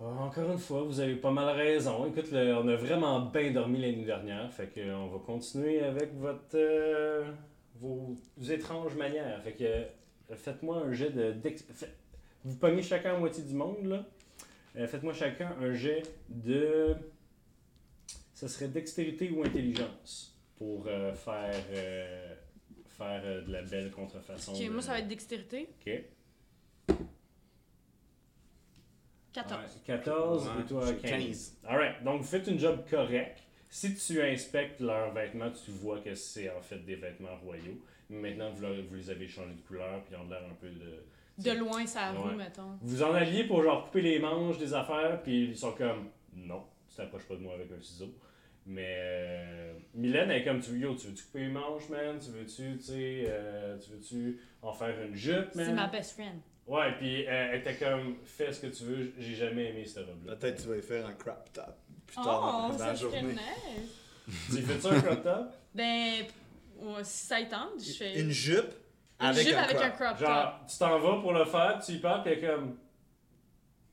A: Ah, Encore une fois, vous avez pas mal raison. Écoute, le- on a vraiment bien dormi la nuit dernière. Fait que euh, on va continuer avec votre euh, vos étranges manières. Fait que euh, faites-moi un jet de dex- fait- Vous pognez chacun la moitié du monde là. Euh, faites-moi chacun un jet de. Ça serait dextérité ou intelligence pour euh, faire euh, faire euh, de la belle contrefaçon.
D: Ok,
A: de-
D: moi, ça va être dextérité.
A: Ok. Ouais,
D: 14.
A: 14,
B: Ouais,
A: et toi
B: j'ai
A: 15.
B: 15.
A: Alright, donc vous faites une job correcte. Si tu inspectes leurs vêtements, tu vois que c'est en fait des vêtements royaux. Maintenant, vous, leur- vous les avez changés de couleur, puis ils ont l'air un peu de.
D: De loin, ça
A: Ouais.
D: roule, mettons.
A: Vous en alliez pour genre couper les manches des affaires, puis ils sont comme non, tu t'approches pas de moi avec un ciseau. Mais euh, Mylène elle est comme tu veux, yo, tu veux-tu couper les manches, man? Tu veux-tu, tu sais, euh, tu veux-tu en faire une jupe,
D: C'est
A: man?
D: ma best friend.
A: Ouais, puis euh, elle était comme fais ce que tu veux, j'ai jamais aimé cette robe-là.
B: Peut-être que tu vas y faire un crap top plus tard
D: Oh,
B: dans
D: ça
B: la
D: serait
B: journée.
D: nice.
A: tu fais ça un crop top?
D: Ben, ouais, si ça y tente, je fais.
B: Une jupe
D: Une
B: avec,
D: jupe
B: un,
D: avec
B: crop.
D: un crop top.
A: Genre, tu t'en vas pour le faire, tu y parles, puis elle est comme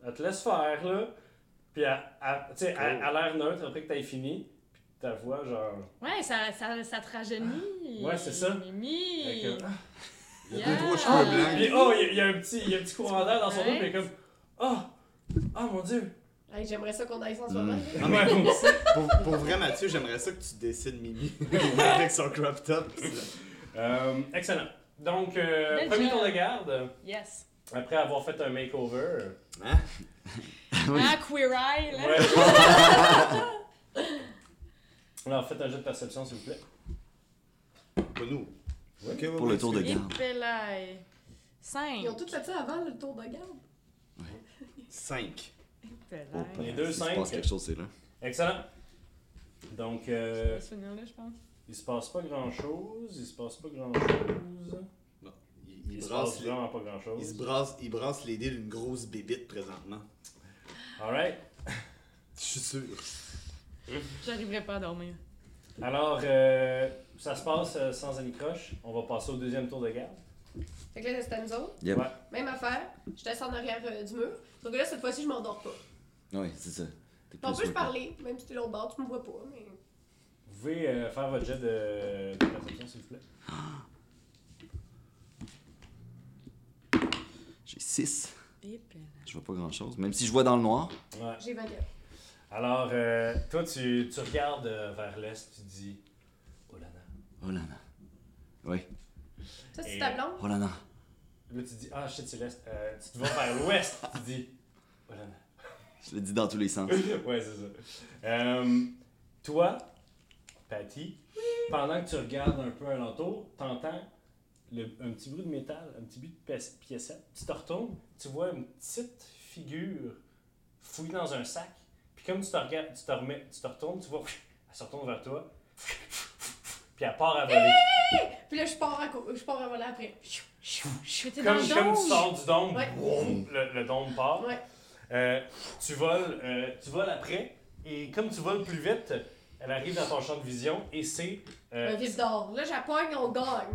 A: elle te laisse faire, là. Puis elle, elle- tu sais, elle, elle a l'air neutre après que t'aies fini, puis ta voix, genre.
D: Ouais, ça, ça, ça te rajeunit.
A: Ouais, c'est ça. euh,
D: Mimi.
A: elle est comme,
B: Il y a
D: [LAUGHS] Yeah.
B: deux, trois cheveux
A: [LAUGHS]
B: blancs.
A: Puis, oh, il y, a- il y a un petit, il y a un petit courant d'air dans son dos,
D: Ouais.
A: puis il est comme, oh, oh mon dieu.
C: Hey, J'aimerais ça qu'on aille sans soi
E: Mm.
B: Non, mais-
A: Ouais, moi aussi.
B: Pour, pour vrai, Mathieu, j'aimerais ça que tu décides
D: [LAUGHS]
B: Mimi [LAUGHS] avec son crop top.
A: [LAUGHS] Euh, excellent. Donc, euh,
D: Belle
A: premier
D: job.
A: tour de garde,
D: Yes.
B: [LAUGHS]
A: après avoir fait un makeover.
B: Hein?
E: Oui.
D: Ah, queer eye, là.
A: Ouais.
D: [LAUGHS]
A: Alors, faites un jeu de perception, s'il vous plaît.
B: Pas nous.
A: Ouais.
B: Ok, ouais,
E: Pour le
B: ouais,
E: tour de
B: excuse.
E: garde.
D: Épelaille. 5.
C: Ils ont tous fait ça avant le tour de garde.
B: Cinq.
E: Oh,
A: Les
E: ben,
A: deux
E: si se
A: cinq.
E: passe quelque chose, c'est là.
A: Excellent. Donc, euh,
D: là, je pense.
A: il se passe pas grand chose, il se passe pas grand chose.
B: Il, il
A: Il se
B: brasse
A: passe
B: les-
A: vraiment pas grand
B: il
A: chose.
B: se brasse, il brasse les dés d'une grosse bébite présentement.
A: Alright.
B: Je suis sûr.
D: J'arriverai pas à dormir.
A: Alors, euh, ça se passe euh, sans anicroche. On va passer au deuxième tour de garde.
C: Fait que là, c'était nous autres.
E: Yep.
A: Ouais.
C: Même affaire. J'étais assis en arrière euh, du mur. Sauf que là, cette fois-ci, je m'endors pas.
E: Oui, c'est ça. T'es
C: On
E: plus
C: peut se
E: worker.
C: parler, même si t'es l'autre bord, tu me vois pas. Mais...
A: Vous pouvez euh, faire votre jet de, de perception, s'il vous plaît.
E: J'ai 6.
D: Épelaille.
E: Je vois pas grand chose. Même si je vois dans le noir.
A: Ouais.
C: J'ai 24.
A: Alors, euh, toi, tu, tu regardes euh, vers l'est, tu dis Olana.
E: Oh là là. Oui.
C: Ça, c'est
A: Et-
C: ta blonde?
E: Oh là là.
A: Là, tu dis Ah, shit, c'est l'est. Euh, tu te vas vers l'ouest, tu dis Olana.
E: Je le dis dans tous
A: [LAUGHS]
E: les sens.
A: ouais, c'est ça. Euh, toi, Patty, pendant que tu regardes un peu alentour, t'entends le- un petit bruit de métal, un petit bruit de pièce- piécette. Tu te retournes, tu vois une petite figure fouillée dans un sac. Puis comme tu te regardes, tu te remets, tu te retournes, tu vois, elle se retourne vers toi. Puis elle part à voler.
C: Puis là, je pars à, co- je pars à voler après. Chou, chou, chou.
D: Mais t'es dans
A: Comme,
D: le
A: comme tu
D: dôme.
A: sors du dôme,
C: Ouais.
A: boum, le, le dôme part.
C: Ouais.
A: Euh, tu, voles, euh, tu voles après, et comme tu voles plus vite, elle arrive dans ton champ de vision, et c'est. euh,
C: Un vif d'or. Là, j'appogne, on gagne.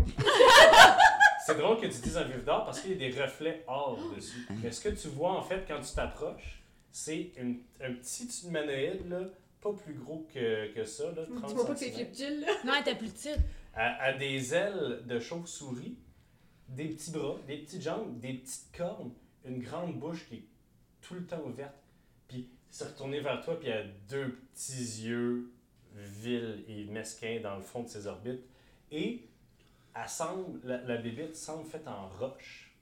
A: c'est drôle que tu dises un vif d'or parce qu'il y a des reflets or
C: Oh.
A: dessus. Mais ce que tu vois, en fait, quand tu t'approches, c'est une- un petit humanoïde, là, pas plus gros que, que ça, là, 30
C: Dis-moi pas que c'est
A: centimètres.
C: Flip Jill, là.
D: Non, elle était plus petite.
A: à, à des ailes de chauve-souris, des petits bras, des petites jambes, des petites cornes, une grande bouche qui est tout le temps ouverte, puis s'est retournée vers toi, puis elle a deux petits yeux vils et mesquins dans le fond de ses orbites, et elle semble, la, la bébite semble faite en roche.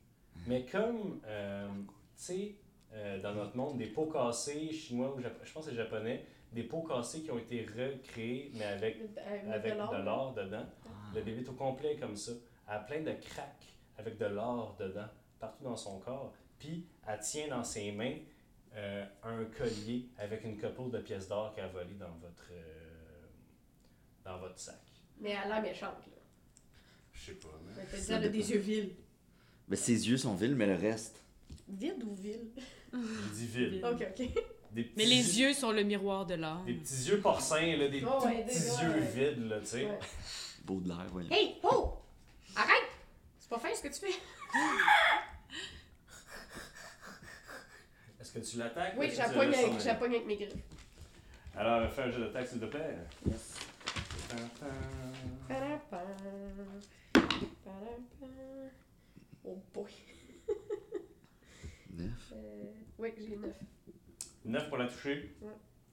A: Mais comme, euh, tu sais, euh, dans notre monde, des pots cassés chinois ou japo- je pense que c'est japonais, des pots cassés qui ont été recréés, mais avec
C: Euh,
A: avec de l'or dedans. Le bébé tout complet comme ça. Elle a plein de craques avec de l'or dedans, partout dans son corps. Puis elle tient dans ses mains euh, un collier avec une couple de pièces d'or qu'elle a volé dans votre, euh, dans votre sac.
C: Mais elle a l'air méchante, là.
A: Je sais pas,
C: Mais t'as dit,
E: Ça
C: elle a des
E: dépend.
C: yeux vils.
E: Mais ses yeux sont vils, mais le reste.
C: Vide ou vil?
A: Il dit vide.
C: Ok, ok.
A: Des petits
D: Mais les yeux sont le miroir de l'or.
A: Des petits yeux porcins, là, des
C: Oh,
A: tout
C: ouais,
A: petits
C: des-
A: yeux
C: ouais.
A: vides, là, tu sais.
C: Ouais.
E: Beau de l'air, voyons.
C: Hey, oh! Arrête! C'est pas fin ce que tu fais.
A: Est-ce que tu l'attaques? ou
C: Oui,
A: est-ce que tu
C: j'appogne
A: la laisses en
C: avec,
A: main?
C: j'appogne avec mes griffes.
A: Alors, fais un jeu d'attaque, s'il te plaît. Tan, tan.
C: Parapam. Parapam. Oh boy.
E: Neuf.
C: Euh, oui, j'ai 9.
A: 9 pour la toucher.
C: Ouais.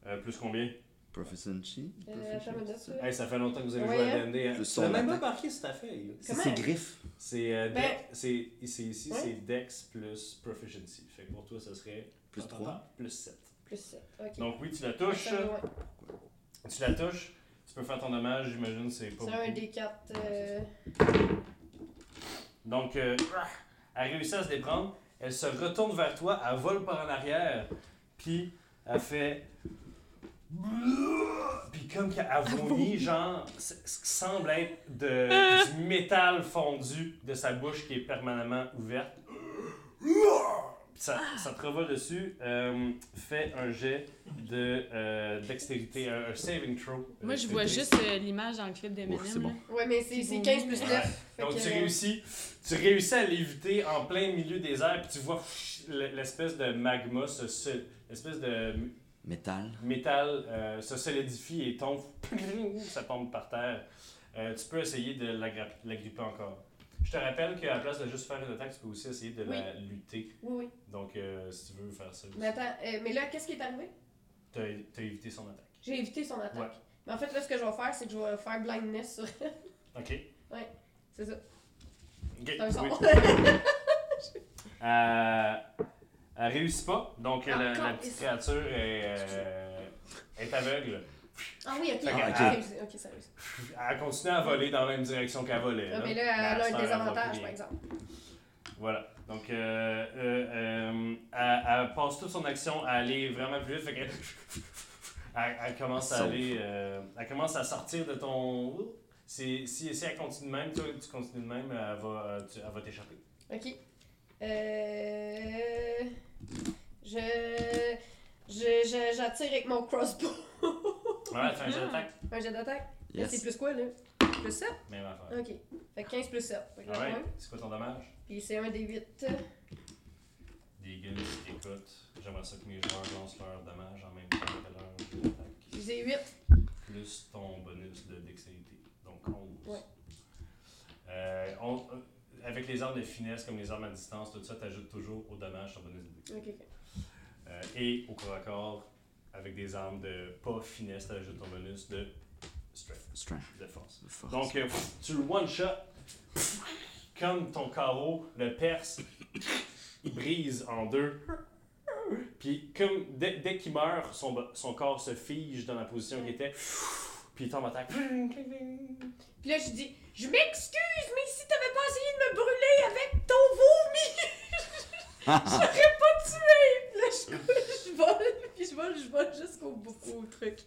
A: Euh, plus combien?
E: Proficiency?
C: Euh, attends une minute,
E: Proficiency?
C: là.
A: Hey, ça fait longtemps que vous avez
C: Ouais,
A: joué à
C: hein.
A: D&D. hein.
E: Le
B: Tu
E: son
B: n'as même pas
E: attaque.
B: marqué sur ta feuille.
E: C'est
C: Comment?
E: ses griffes.
A: C'est euh,
C: Ben-
A: Dex- c'est c'est ici,
C: Ouais.
A: c'est Dex plus Proficiency. Fait que pour toi, ça serait
E: Plus
A: Attends,
E: trois.
A: attends, plus 7.
C: Plus 7. Ok.
A: Donc oui, tu la touches.
C: Ça, ouais.
A: Tu la touches. Tu peux faire ton dommage, j'imagine, c'est pas
C: C'est un
A: beaucoup.
C: des 4. Euh...
A: Donc, euh, elle réussit à se déprendre. Elle se retourne vers toi, elle vole par en arrière, puis elle fait. Puis comme qu'elle
D: [LAUGHS]
A: vomit, genre, ce ce qui semble être de, du métal fondu de sa bouche qui est permanemment ouverte. Ça, ça te revole dessus. Euh, fais un jet de euh, dextérité, un, un saving throw.
D: Moi, je vois juste euh, l'image dans le clip d'Eminem.
E: Ouf, c'est bon.
D: là.
C: Ouais, mais
D: Qui
C: Oh, c'est c'est
D: vomit.
C: 15 plus
A: Ouais.
C: 9.
A: Donc tu réussis, tu réussis à l'éviter en plein milieu des airs, puis tu vois pff, l- l'espèce de magma, se sol- l'espèce de m-
E: Métal.
A: métal euh, se solidifie et tombe, [LAUGHS] ça tombe par terre. Euh, tu peux essayer de l'aggra- l'agripper encore. Je te rappelle qu'à la place de juste faire une attaque, tu peux aussi essayer de la lutter.
C: Oui, oui.
A: Donc euh, si tu veux faire ça, aussi,
C: Mais attends, euh, mais là, qu'est-ce qui est arrivé?
A: t'as t'as évité son attaque.
C: J'ai évité son attaque.
A: Ouais.
C: Mais en fait, là, ce que je vais faire, c'est que je vais faire blindness sur. [LAUGHS]
A: Ok.
C: C'est ça.
A: Ok,
C: C'est un sort.
A: oui. Euh, elle réussit pas, donc euh, la, la
C: Ah, Encore,
A: petite
C: et ça.
A: créature est, euh, est aveugle.
C: ah oui, ok.
A: Ah,
E: ok.
C: Ah, ok, ok, ça réussit.
A: Elle continue à voler dans la même direction qu'elle volait.
C: Ah,
A: là.
C: mais là,
A: Mais
C: elle a
A: sert
C: un
A: à
C: désavantage,
A: voler.
C: par exemple.
A: Voilà. Donc, euh, euh, euh, elle, elle passe toute son action à aller vraiment plus vite. Fait qu'elle- [LAUGHS] elle, elle commence à
E: Sauf.
A: aller. euh, elle commence à sortir de ton. C'est- Si, si elle continue de même, toi, tu continues de même, elle va, euh, tu- elle va t'échapper.
C: Ok. Euh. Je. je- je- J'attire avec mon crossbow.
A: Voilà, tu fais un
C: Ah.
A: jet d'attaque.
C: un jet d'attaque. Là, C'est
E: Yes.
C: plus quoi, là? Plus 7?
A: Même affaire.
C: Ok. Fait que 15 plus 7. Fait que là,
A: Alright.
C: Euh, ouais.
A: C'est quoi ton dommage?
C: Puis c'est un des 8.
A: Des gars qui écoutent, j'aimerais ça que mes joueurs lancent leur dommage en même temps que leur attaque.
C: J'ai 8.
A: Plus ton bonus de dextérité. Donc 11.
C: Ouais.
A: Euh, on- euh, avec les armes de finesse, comme les armes à distance, tout ça, t'ajoutes toujours au dommage ton bonus de
C: Ok,
A: dextérité.
C: ok.
A: Euh, et au corps à corps, avec des armes de pas finesse, t'ajoutes ton bonus de strength,
E: Strength.
A: de force.
E: de force.
A: Donc, euh, tu le one-shot, comme ton carreau le perce, il brise en deux. Puis, comme dès, dès qu'il meurt, son, bo- son corps se fige dans la position qu'il était, puis il tombe en terre.
C: Puis là, je dis, je m'excuse, mais si t'avais pas essayé de me brûler avec ton vomi, [LAUGHS] j'aurais pas tué. Puis Là, je, cou- je vole, puis je vole, je vole jusqu'au bout, au truc.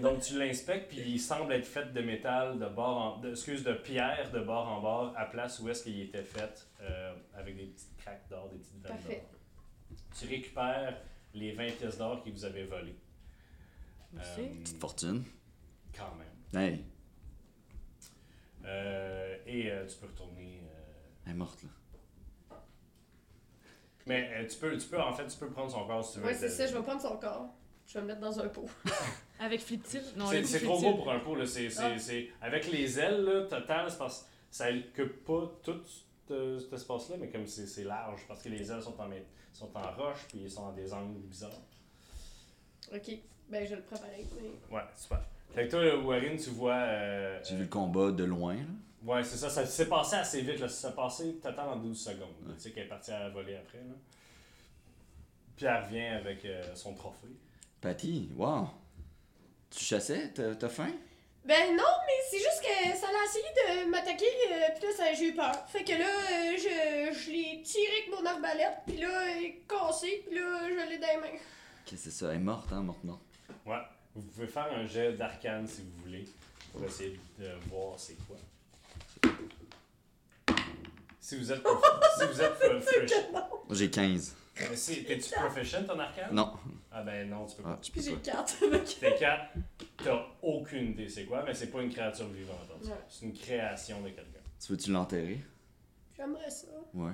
A: Donc, tu l'inspectes, puis il semble être fait de métal, de bord en, de, excuse, de pierre de bord en bord, à place où est-ce qu'il était fait, euh, avec des petites craques d'or, des petites vannes d'or.
C: Parfait.
A: Tu récupères les 20 pièces d'or qui vous avez volées.
D: Merci.
A: Euh,
E: Petite fortune.
A: quand même.
E: Hey,
A: Euh, et euh, tu peux retourner. euh,
E: elle est morte là.
A: Mais euh, tu, peux, tu peux, en fait, tu peux prendre son corps si tu veux.
C: Ouais, c'est
A: De-
C: ça, je vais prendre son corps. Je vais me mettre dans un pot.
D: Avec Flip-Tip. Non,
A: C'est-
D: le
A: C'est
D: Flip-Tip.
A: trop beau pour un pot. Là. c'est c'est-
C: Ah.
A: c'est- Avec les ailes, là, total, c'est parce que ça occupe pas tout ce- cet espace-là, mais comme c'est c'est large, parce que les ailes sont en, mé- sont en roche, puis ils sont dans des angles bizarres.
C: Ok, ben je vais le préparer. Mais...
A: Ouais, super. Fait que toi, Warren, tu vois. euh,
E: J'ai vu le combat de loin là.
A: Ouais, c'est ça. Ça s'est passé assez vite. Là. Ça s'est passé total en 12 secondes.
E: Ouais.
A: Tu sais qu'elle est partie à voler après. Là. Puis elle revient avec euh, son trophée.
E: Patty, wow. Tu chassais? T'as t'as faim?
C: Ben non, mais c'est juste que ça l'a essayé de m'attaquer, euh, puis là, ça- j'ai eu peur. Fait que là, euh, je, je l'ai tiré avec mon arbalète, puis là, elle est cassée, puis là, je l'ai dans les mains.
E: Qu'est-ce que c'est ça? Elle est morte, hein? Morte, morte.
A: Ouais. Vous pouvez faire un jet d'arcane si vous voulez pour essayer de voir c'est quoi. Si vous êtes, si vous êtes proficient.
E: Moi, J'ai 15.
A: Mais si, t'es-tu proficient ton arcane?
E: Non.
A: Ah ben non, tu peux
E: Ah,
A: pas.
E: tu peux
C: Puis j'ai
E: pas.
C: 4.
A: T'es 4, t'as aucune idée c'est quoi, mais c'est pas une créature vivante. en tout cas.
C: Ouais.
A: C'est une création de quelqu'un.
E: Tu veux-tu l'enterrer?
C: J'aimerais ça.
E: Ouais.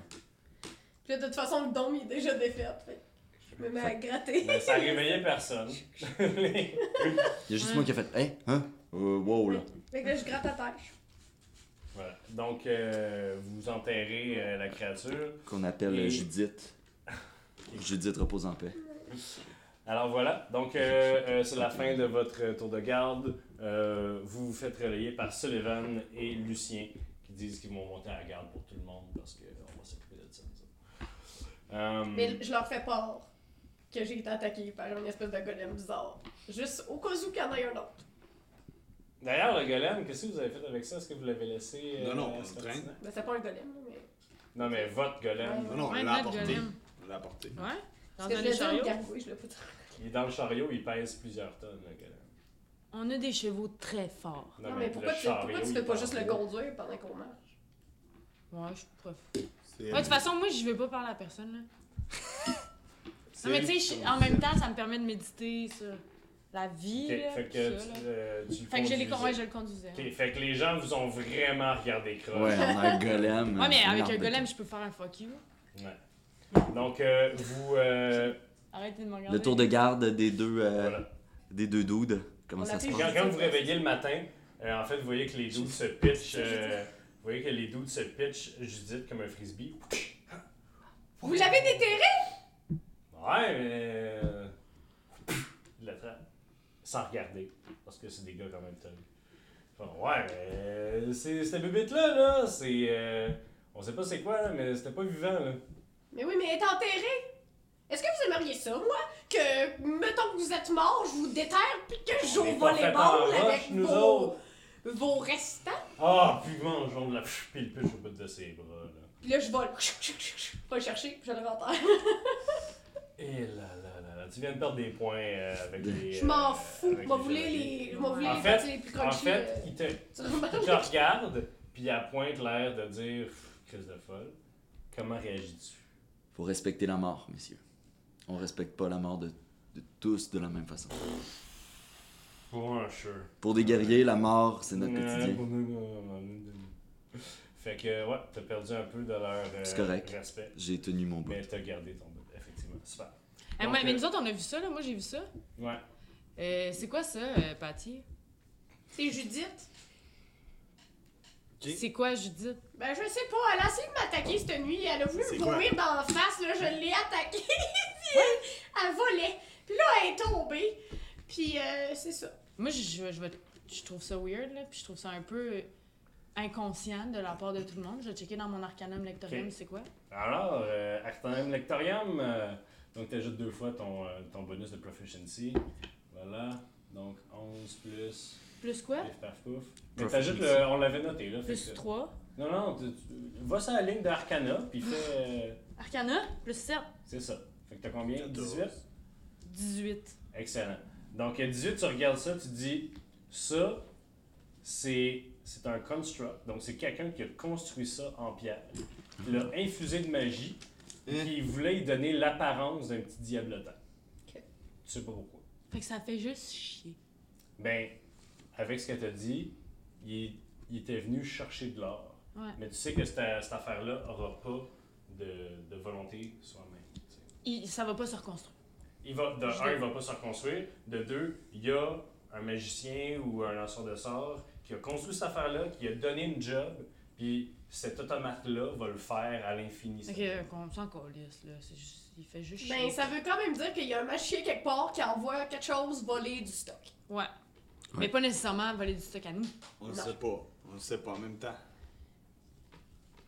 C: Puis là, de toute façon, le dôme, il est déjà défait. Fait que je me mets à gratter.
A: Mais Ben, ça
C: [LAUGHS]
A: réveillait personne. [LAUGHS]
E: Il y a juste
D: Ouais.
E: moi qui a fait. Hey, hein? Euh, wow là.
C: Fait que là, je gratte à terre.
A: Voilà. Donc, euh, vous enterrez euh, la créature.
E: Qu'on appelle
A: Et-
E: Judith. Judith repose en paix.
A: Alors voilà, donc euh, euh, c'est la fin de votre tour de garde. Euh, vous vous faites relayer par Sullivan et Lucien qui disent qu'ils vont monter à la garde pour tout le monde parce qu'on va s'occuper de ça. nous autres. Euh,
C: Mais je leur fais part que j'ai été attaqué par une espèce de golem bizarre. Juste au cas où qu'il y en ait un autre.
A: D'ailleurs, le golem, qu'est-ce que vous avez fait avec ça? Est-ce que vous l'avez laissé?
B: Non, non, on le
A: se
B: traîne.
C: Ben, c'est pas un golem, là, mais.
A: Non, mais votre golem,
B: Non, non, on
D: Ouais,
B: l'a
D: notre
B: apporté.
D: golem.
B: On l'a apporté.
D: Ouais? Dans
C: Parce que
D: un
C: je l'ai
D: des
C: dit à une
D: chariots.
C: gargouille, je l'ai pas dit.
A: il est dans le chariot, il pèse plusieurs tonnes, le golem.
D: On a des chevaux très forts.
C: Non, mais pourquoi
A: le
C: tu, pourquoi
A: chariot,
C: tu
A: il
C: fais pas
A: pèse
C: juste le
A: lourd.
C: conduire pendant qu'on marche?
D: Ouais, je préfère.
B: C'est-
D: Ouais, de toute façon, moi, je vais pas parler à personne, là.
B: c'est-
D: Non, mais tu sais, je- en même temps, ça me permet de méditer sur la vie,
A: Ok,
D: là,
A: fait
D: tout
A: que,
D: ça,
A: tu-
D: là.
A: euh, tu
D: Fait que je les
A: conduisais.
D: ouais, je le conduisais.
A: Ok, fait que les gens vous ont vraiment regardé croche.
E: Ouais, on a un golem.
D: Ouais, mais avec
E: Merde.
D: un golem, je peux faire un fuck you.
A: Ouais. Donc, euh, vous. euh,
D: Arrêtez de me regarder.
E: Le tour de garde des deux, euh,
A: voilà.
E: des deux dudes. Comment
C: On
E: ça se
C: appelle-
E: passe?
A: Quand, quand vous vous réveillez le matin, euh, en fait, vous voyez que les dudes se pitchent. euh, vous voyez que les dudes se pitchent Judith comme un frisbee.
C: Vous l'avez déterré?
A: Ouais, mais. euh, Il l'attrape. Sans regarder. Parce que c'est des gars quand même tannés. Enfin, ouais, mais. euh, c'est- Cette bébête-là, là, c'est. euh, on sait pas c'est quoi, là, mais c'était pas vivant, là.
C: Mais oui, mais elle est enterrée! Est-ce que vous aimeriez ça, moi? Que, mettons que vous êtes mort, je vous déterre, puis que je joue
A: est
C: au
A: pas fait en
C: volleyball
A: roche,
C: avec
A: nous
C: vos, vos restants?
A: Ah, puis mangeons de la [LAUGHS] pile pêche au bout de ses bras, là.
C: Puis là, je vole. Pas le chercher, puis je le rentre.
A: Et Eh, là, là, là, là, tu viens de perdre des points euh, avec les.
C: Je m'en
A: euh,
C: fous.
A: avec
C: Moi,
A: les
C: vous voulez
A: chevaliers.
C: les. Moi, vous voulez
A: En
C: les
A: fait-
C: petits, puis
A: En
C: crunchy.
A: fait,
C: euh,
A: il te, il
C: tu remarques?
A: te regarde, puis il a pointe l'air de dire Pff, Crise de folle. Comment réagis-tu
E: Faut respecter la mort, messieurs. On respecte pas la mort de, de tous de la même façon.
A: Pour un sure.
E: Pour des guerriers, la mort, c'est notre
A: Ouais,
E: quotidien.
A: pour nous, non, non, non, non. Fait que, ouais, t'as perdu un peu de leur euh,
E: C'est correct.
A: respect,
E: J'ai tenu mon bout.
A: mais t'as gardé ton but, effectivement. Super.
D: Eh,
A: Donc,
D: ouais, mais
A: euh,
D: nous autres, on a vu ça, là. Moi, j'ai vu ça.
A: Ouais.
D: Euh, c'est quoi ça, euh, Patty?
C: [LAUGHS] C'est Judith.
B: Ok.
D: C'est quoi, Judith?
C: Ben, je sais pas, elle a essayé de m'attaquer cette nuit. Elle a voulu
B: C'est
C: me
B: quoi?
C: vomir dans la face, là. Je l'ai attaquée. [LAUGHS] elle volait. Puis là, elle est tombée. Puis, euh, c'est ça.
D: Moi, je, je, je, vais- je trouve ça weird, là, puis je trouve ça un peu euh, inconscient de la part de tout le monde. Je vais checker dans mon arcanum lectorium,
A: Ok.
D: c'est quoi?
A: Alors, euh, Arcanum Lectorium, euh, donc t'ajoutes deux fois ton, euh, ton bonus de proficiency. Voilà. Donc 11 plus.
D: Plus quoi?
A: Pif paf pouf. Mais t'ajoutes le. On l'avait noté là. fait
D: Plus
A: que-
D: 3.
A: Non, non, tu, tu- va sur la ligne d'Arcana, puis fais. euh,
D: Arcana, plus 7.
A: c'est ça. Fait que t'as combien 18
D: 18.
A: Excellent. Donc, à 18, tu regardes ça, tu dis ça, c'est, c'est un construct. Donc, c'est quelqu'un qui a construit ça en pierre. Il l'a infusé de magie,
B: Hein?
A: puis il voulait y donner l'apparence d'un petit diablotin.
C: Ok.
A: Tu sais pas pourquoi.
D: Fait que ça fait juste chier.
A: Ben, avec ce qu'elle t'a dit, il, il était venu chercher de l'or.
D: Ouais.
A: Mais tu sais que cette, cette affaire-là aura pas de, de volonté soi-même. tu sais.
D: Il- ça va pas se reconstruire.
A: Il va, de
D: Je
A: un,
D: l'ai.
A: il va pas se reconstruire. De deux, il y a un magicien ou un lanceur de sorts qui a construit cette affaire-là, qui a donné une job, puis cet automate-là va le faire à l'infini.
D: Fait que, euh, qu'on s'en calisse, là. C'est juste- il fait juste
C: Ben,
D: chier.
C: ça veut quand même dire qu'il y a un magicien quelque part qui envoie quelque chose voler du stock.
D: Ouais. Mais pas nécessairement voler du stock à nous.
B: On le sait pas. On le sait pas en même temps.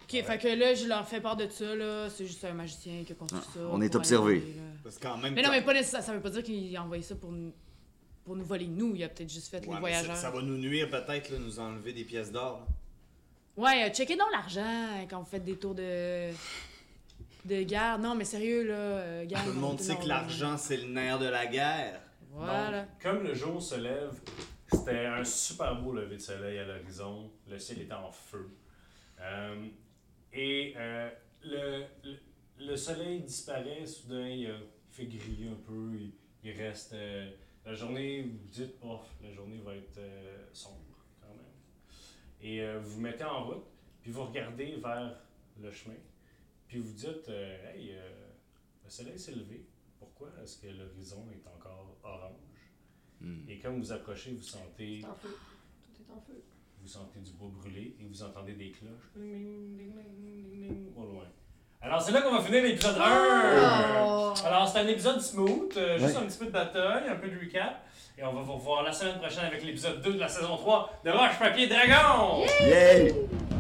D: Ok, fait que là, je leur fais part de ça, là. C'est juste un magicien qui a construit
E: Ah,
D: ça.
E: on est
D: pour
E: observé.
D: aller voler, là.
B: Parce qu'en même
D: Mais
B: temps.
D: non, mais pas nécessaire. Ça veut pas dire qu'il a envoyé ça pour nous, pour nous voler, nous. Il a peut-être juste fait
B: Ouais, mais
D: les
B: ça-
D: voyageurs.
B: Ça va nous nuire peut-être, là, nous enlever des pièces d'or. là.
D: Ouais, euh, checkez donc l'argent euh, quand vous faites des tours de. de guerre. Non, mais sérieux, là. euh, guerre,
B: Tout le monde
D: non,
B: sait
D: non,
B: que
D: non.
B: l'argent, c'est le nerf de la guerre.
D: Voilà.
A: Donc, comme le jour se lève, c'était un super beau lever de soleil à l'horizon. Le ciel était en feu. Euh, et euh, le, le- le soleil disparaît soudain, il, euh, il fait griller un peu. Il, il reste. euh, la journée, vous dites, oh, la journée va être euh, sombre quand même. Et euh, vous vous mettez en route, puis vous regardez vers le chemin, puis vous dites, euh, hey, euh, le soleil s'est levé. Pourquoi est-ce que l'horizon est encore orange?
E: Hmm.
A: Et quand vous approchez, vous sentez,
C: C'est en feu. Tout est en feu.
A: vous sentez du bois brûlé et vous entendez des cloches Ding, ding, ding, ding, ding, ding, au loin. Alors, c'est là qu'on va finir l'épisode 1.
C: Oh.
A: Alors, c'est un épisode smooth, euh, juste
E: Ouais.
A: un petit peu de bataille, un peu de recap. Et on va vous revoir la semaine prochaine avec l'épisode 2 de la saison 3 de Roche Papier Dragon.
E: Yeah!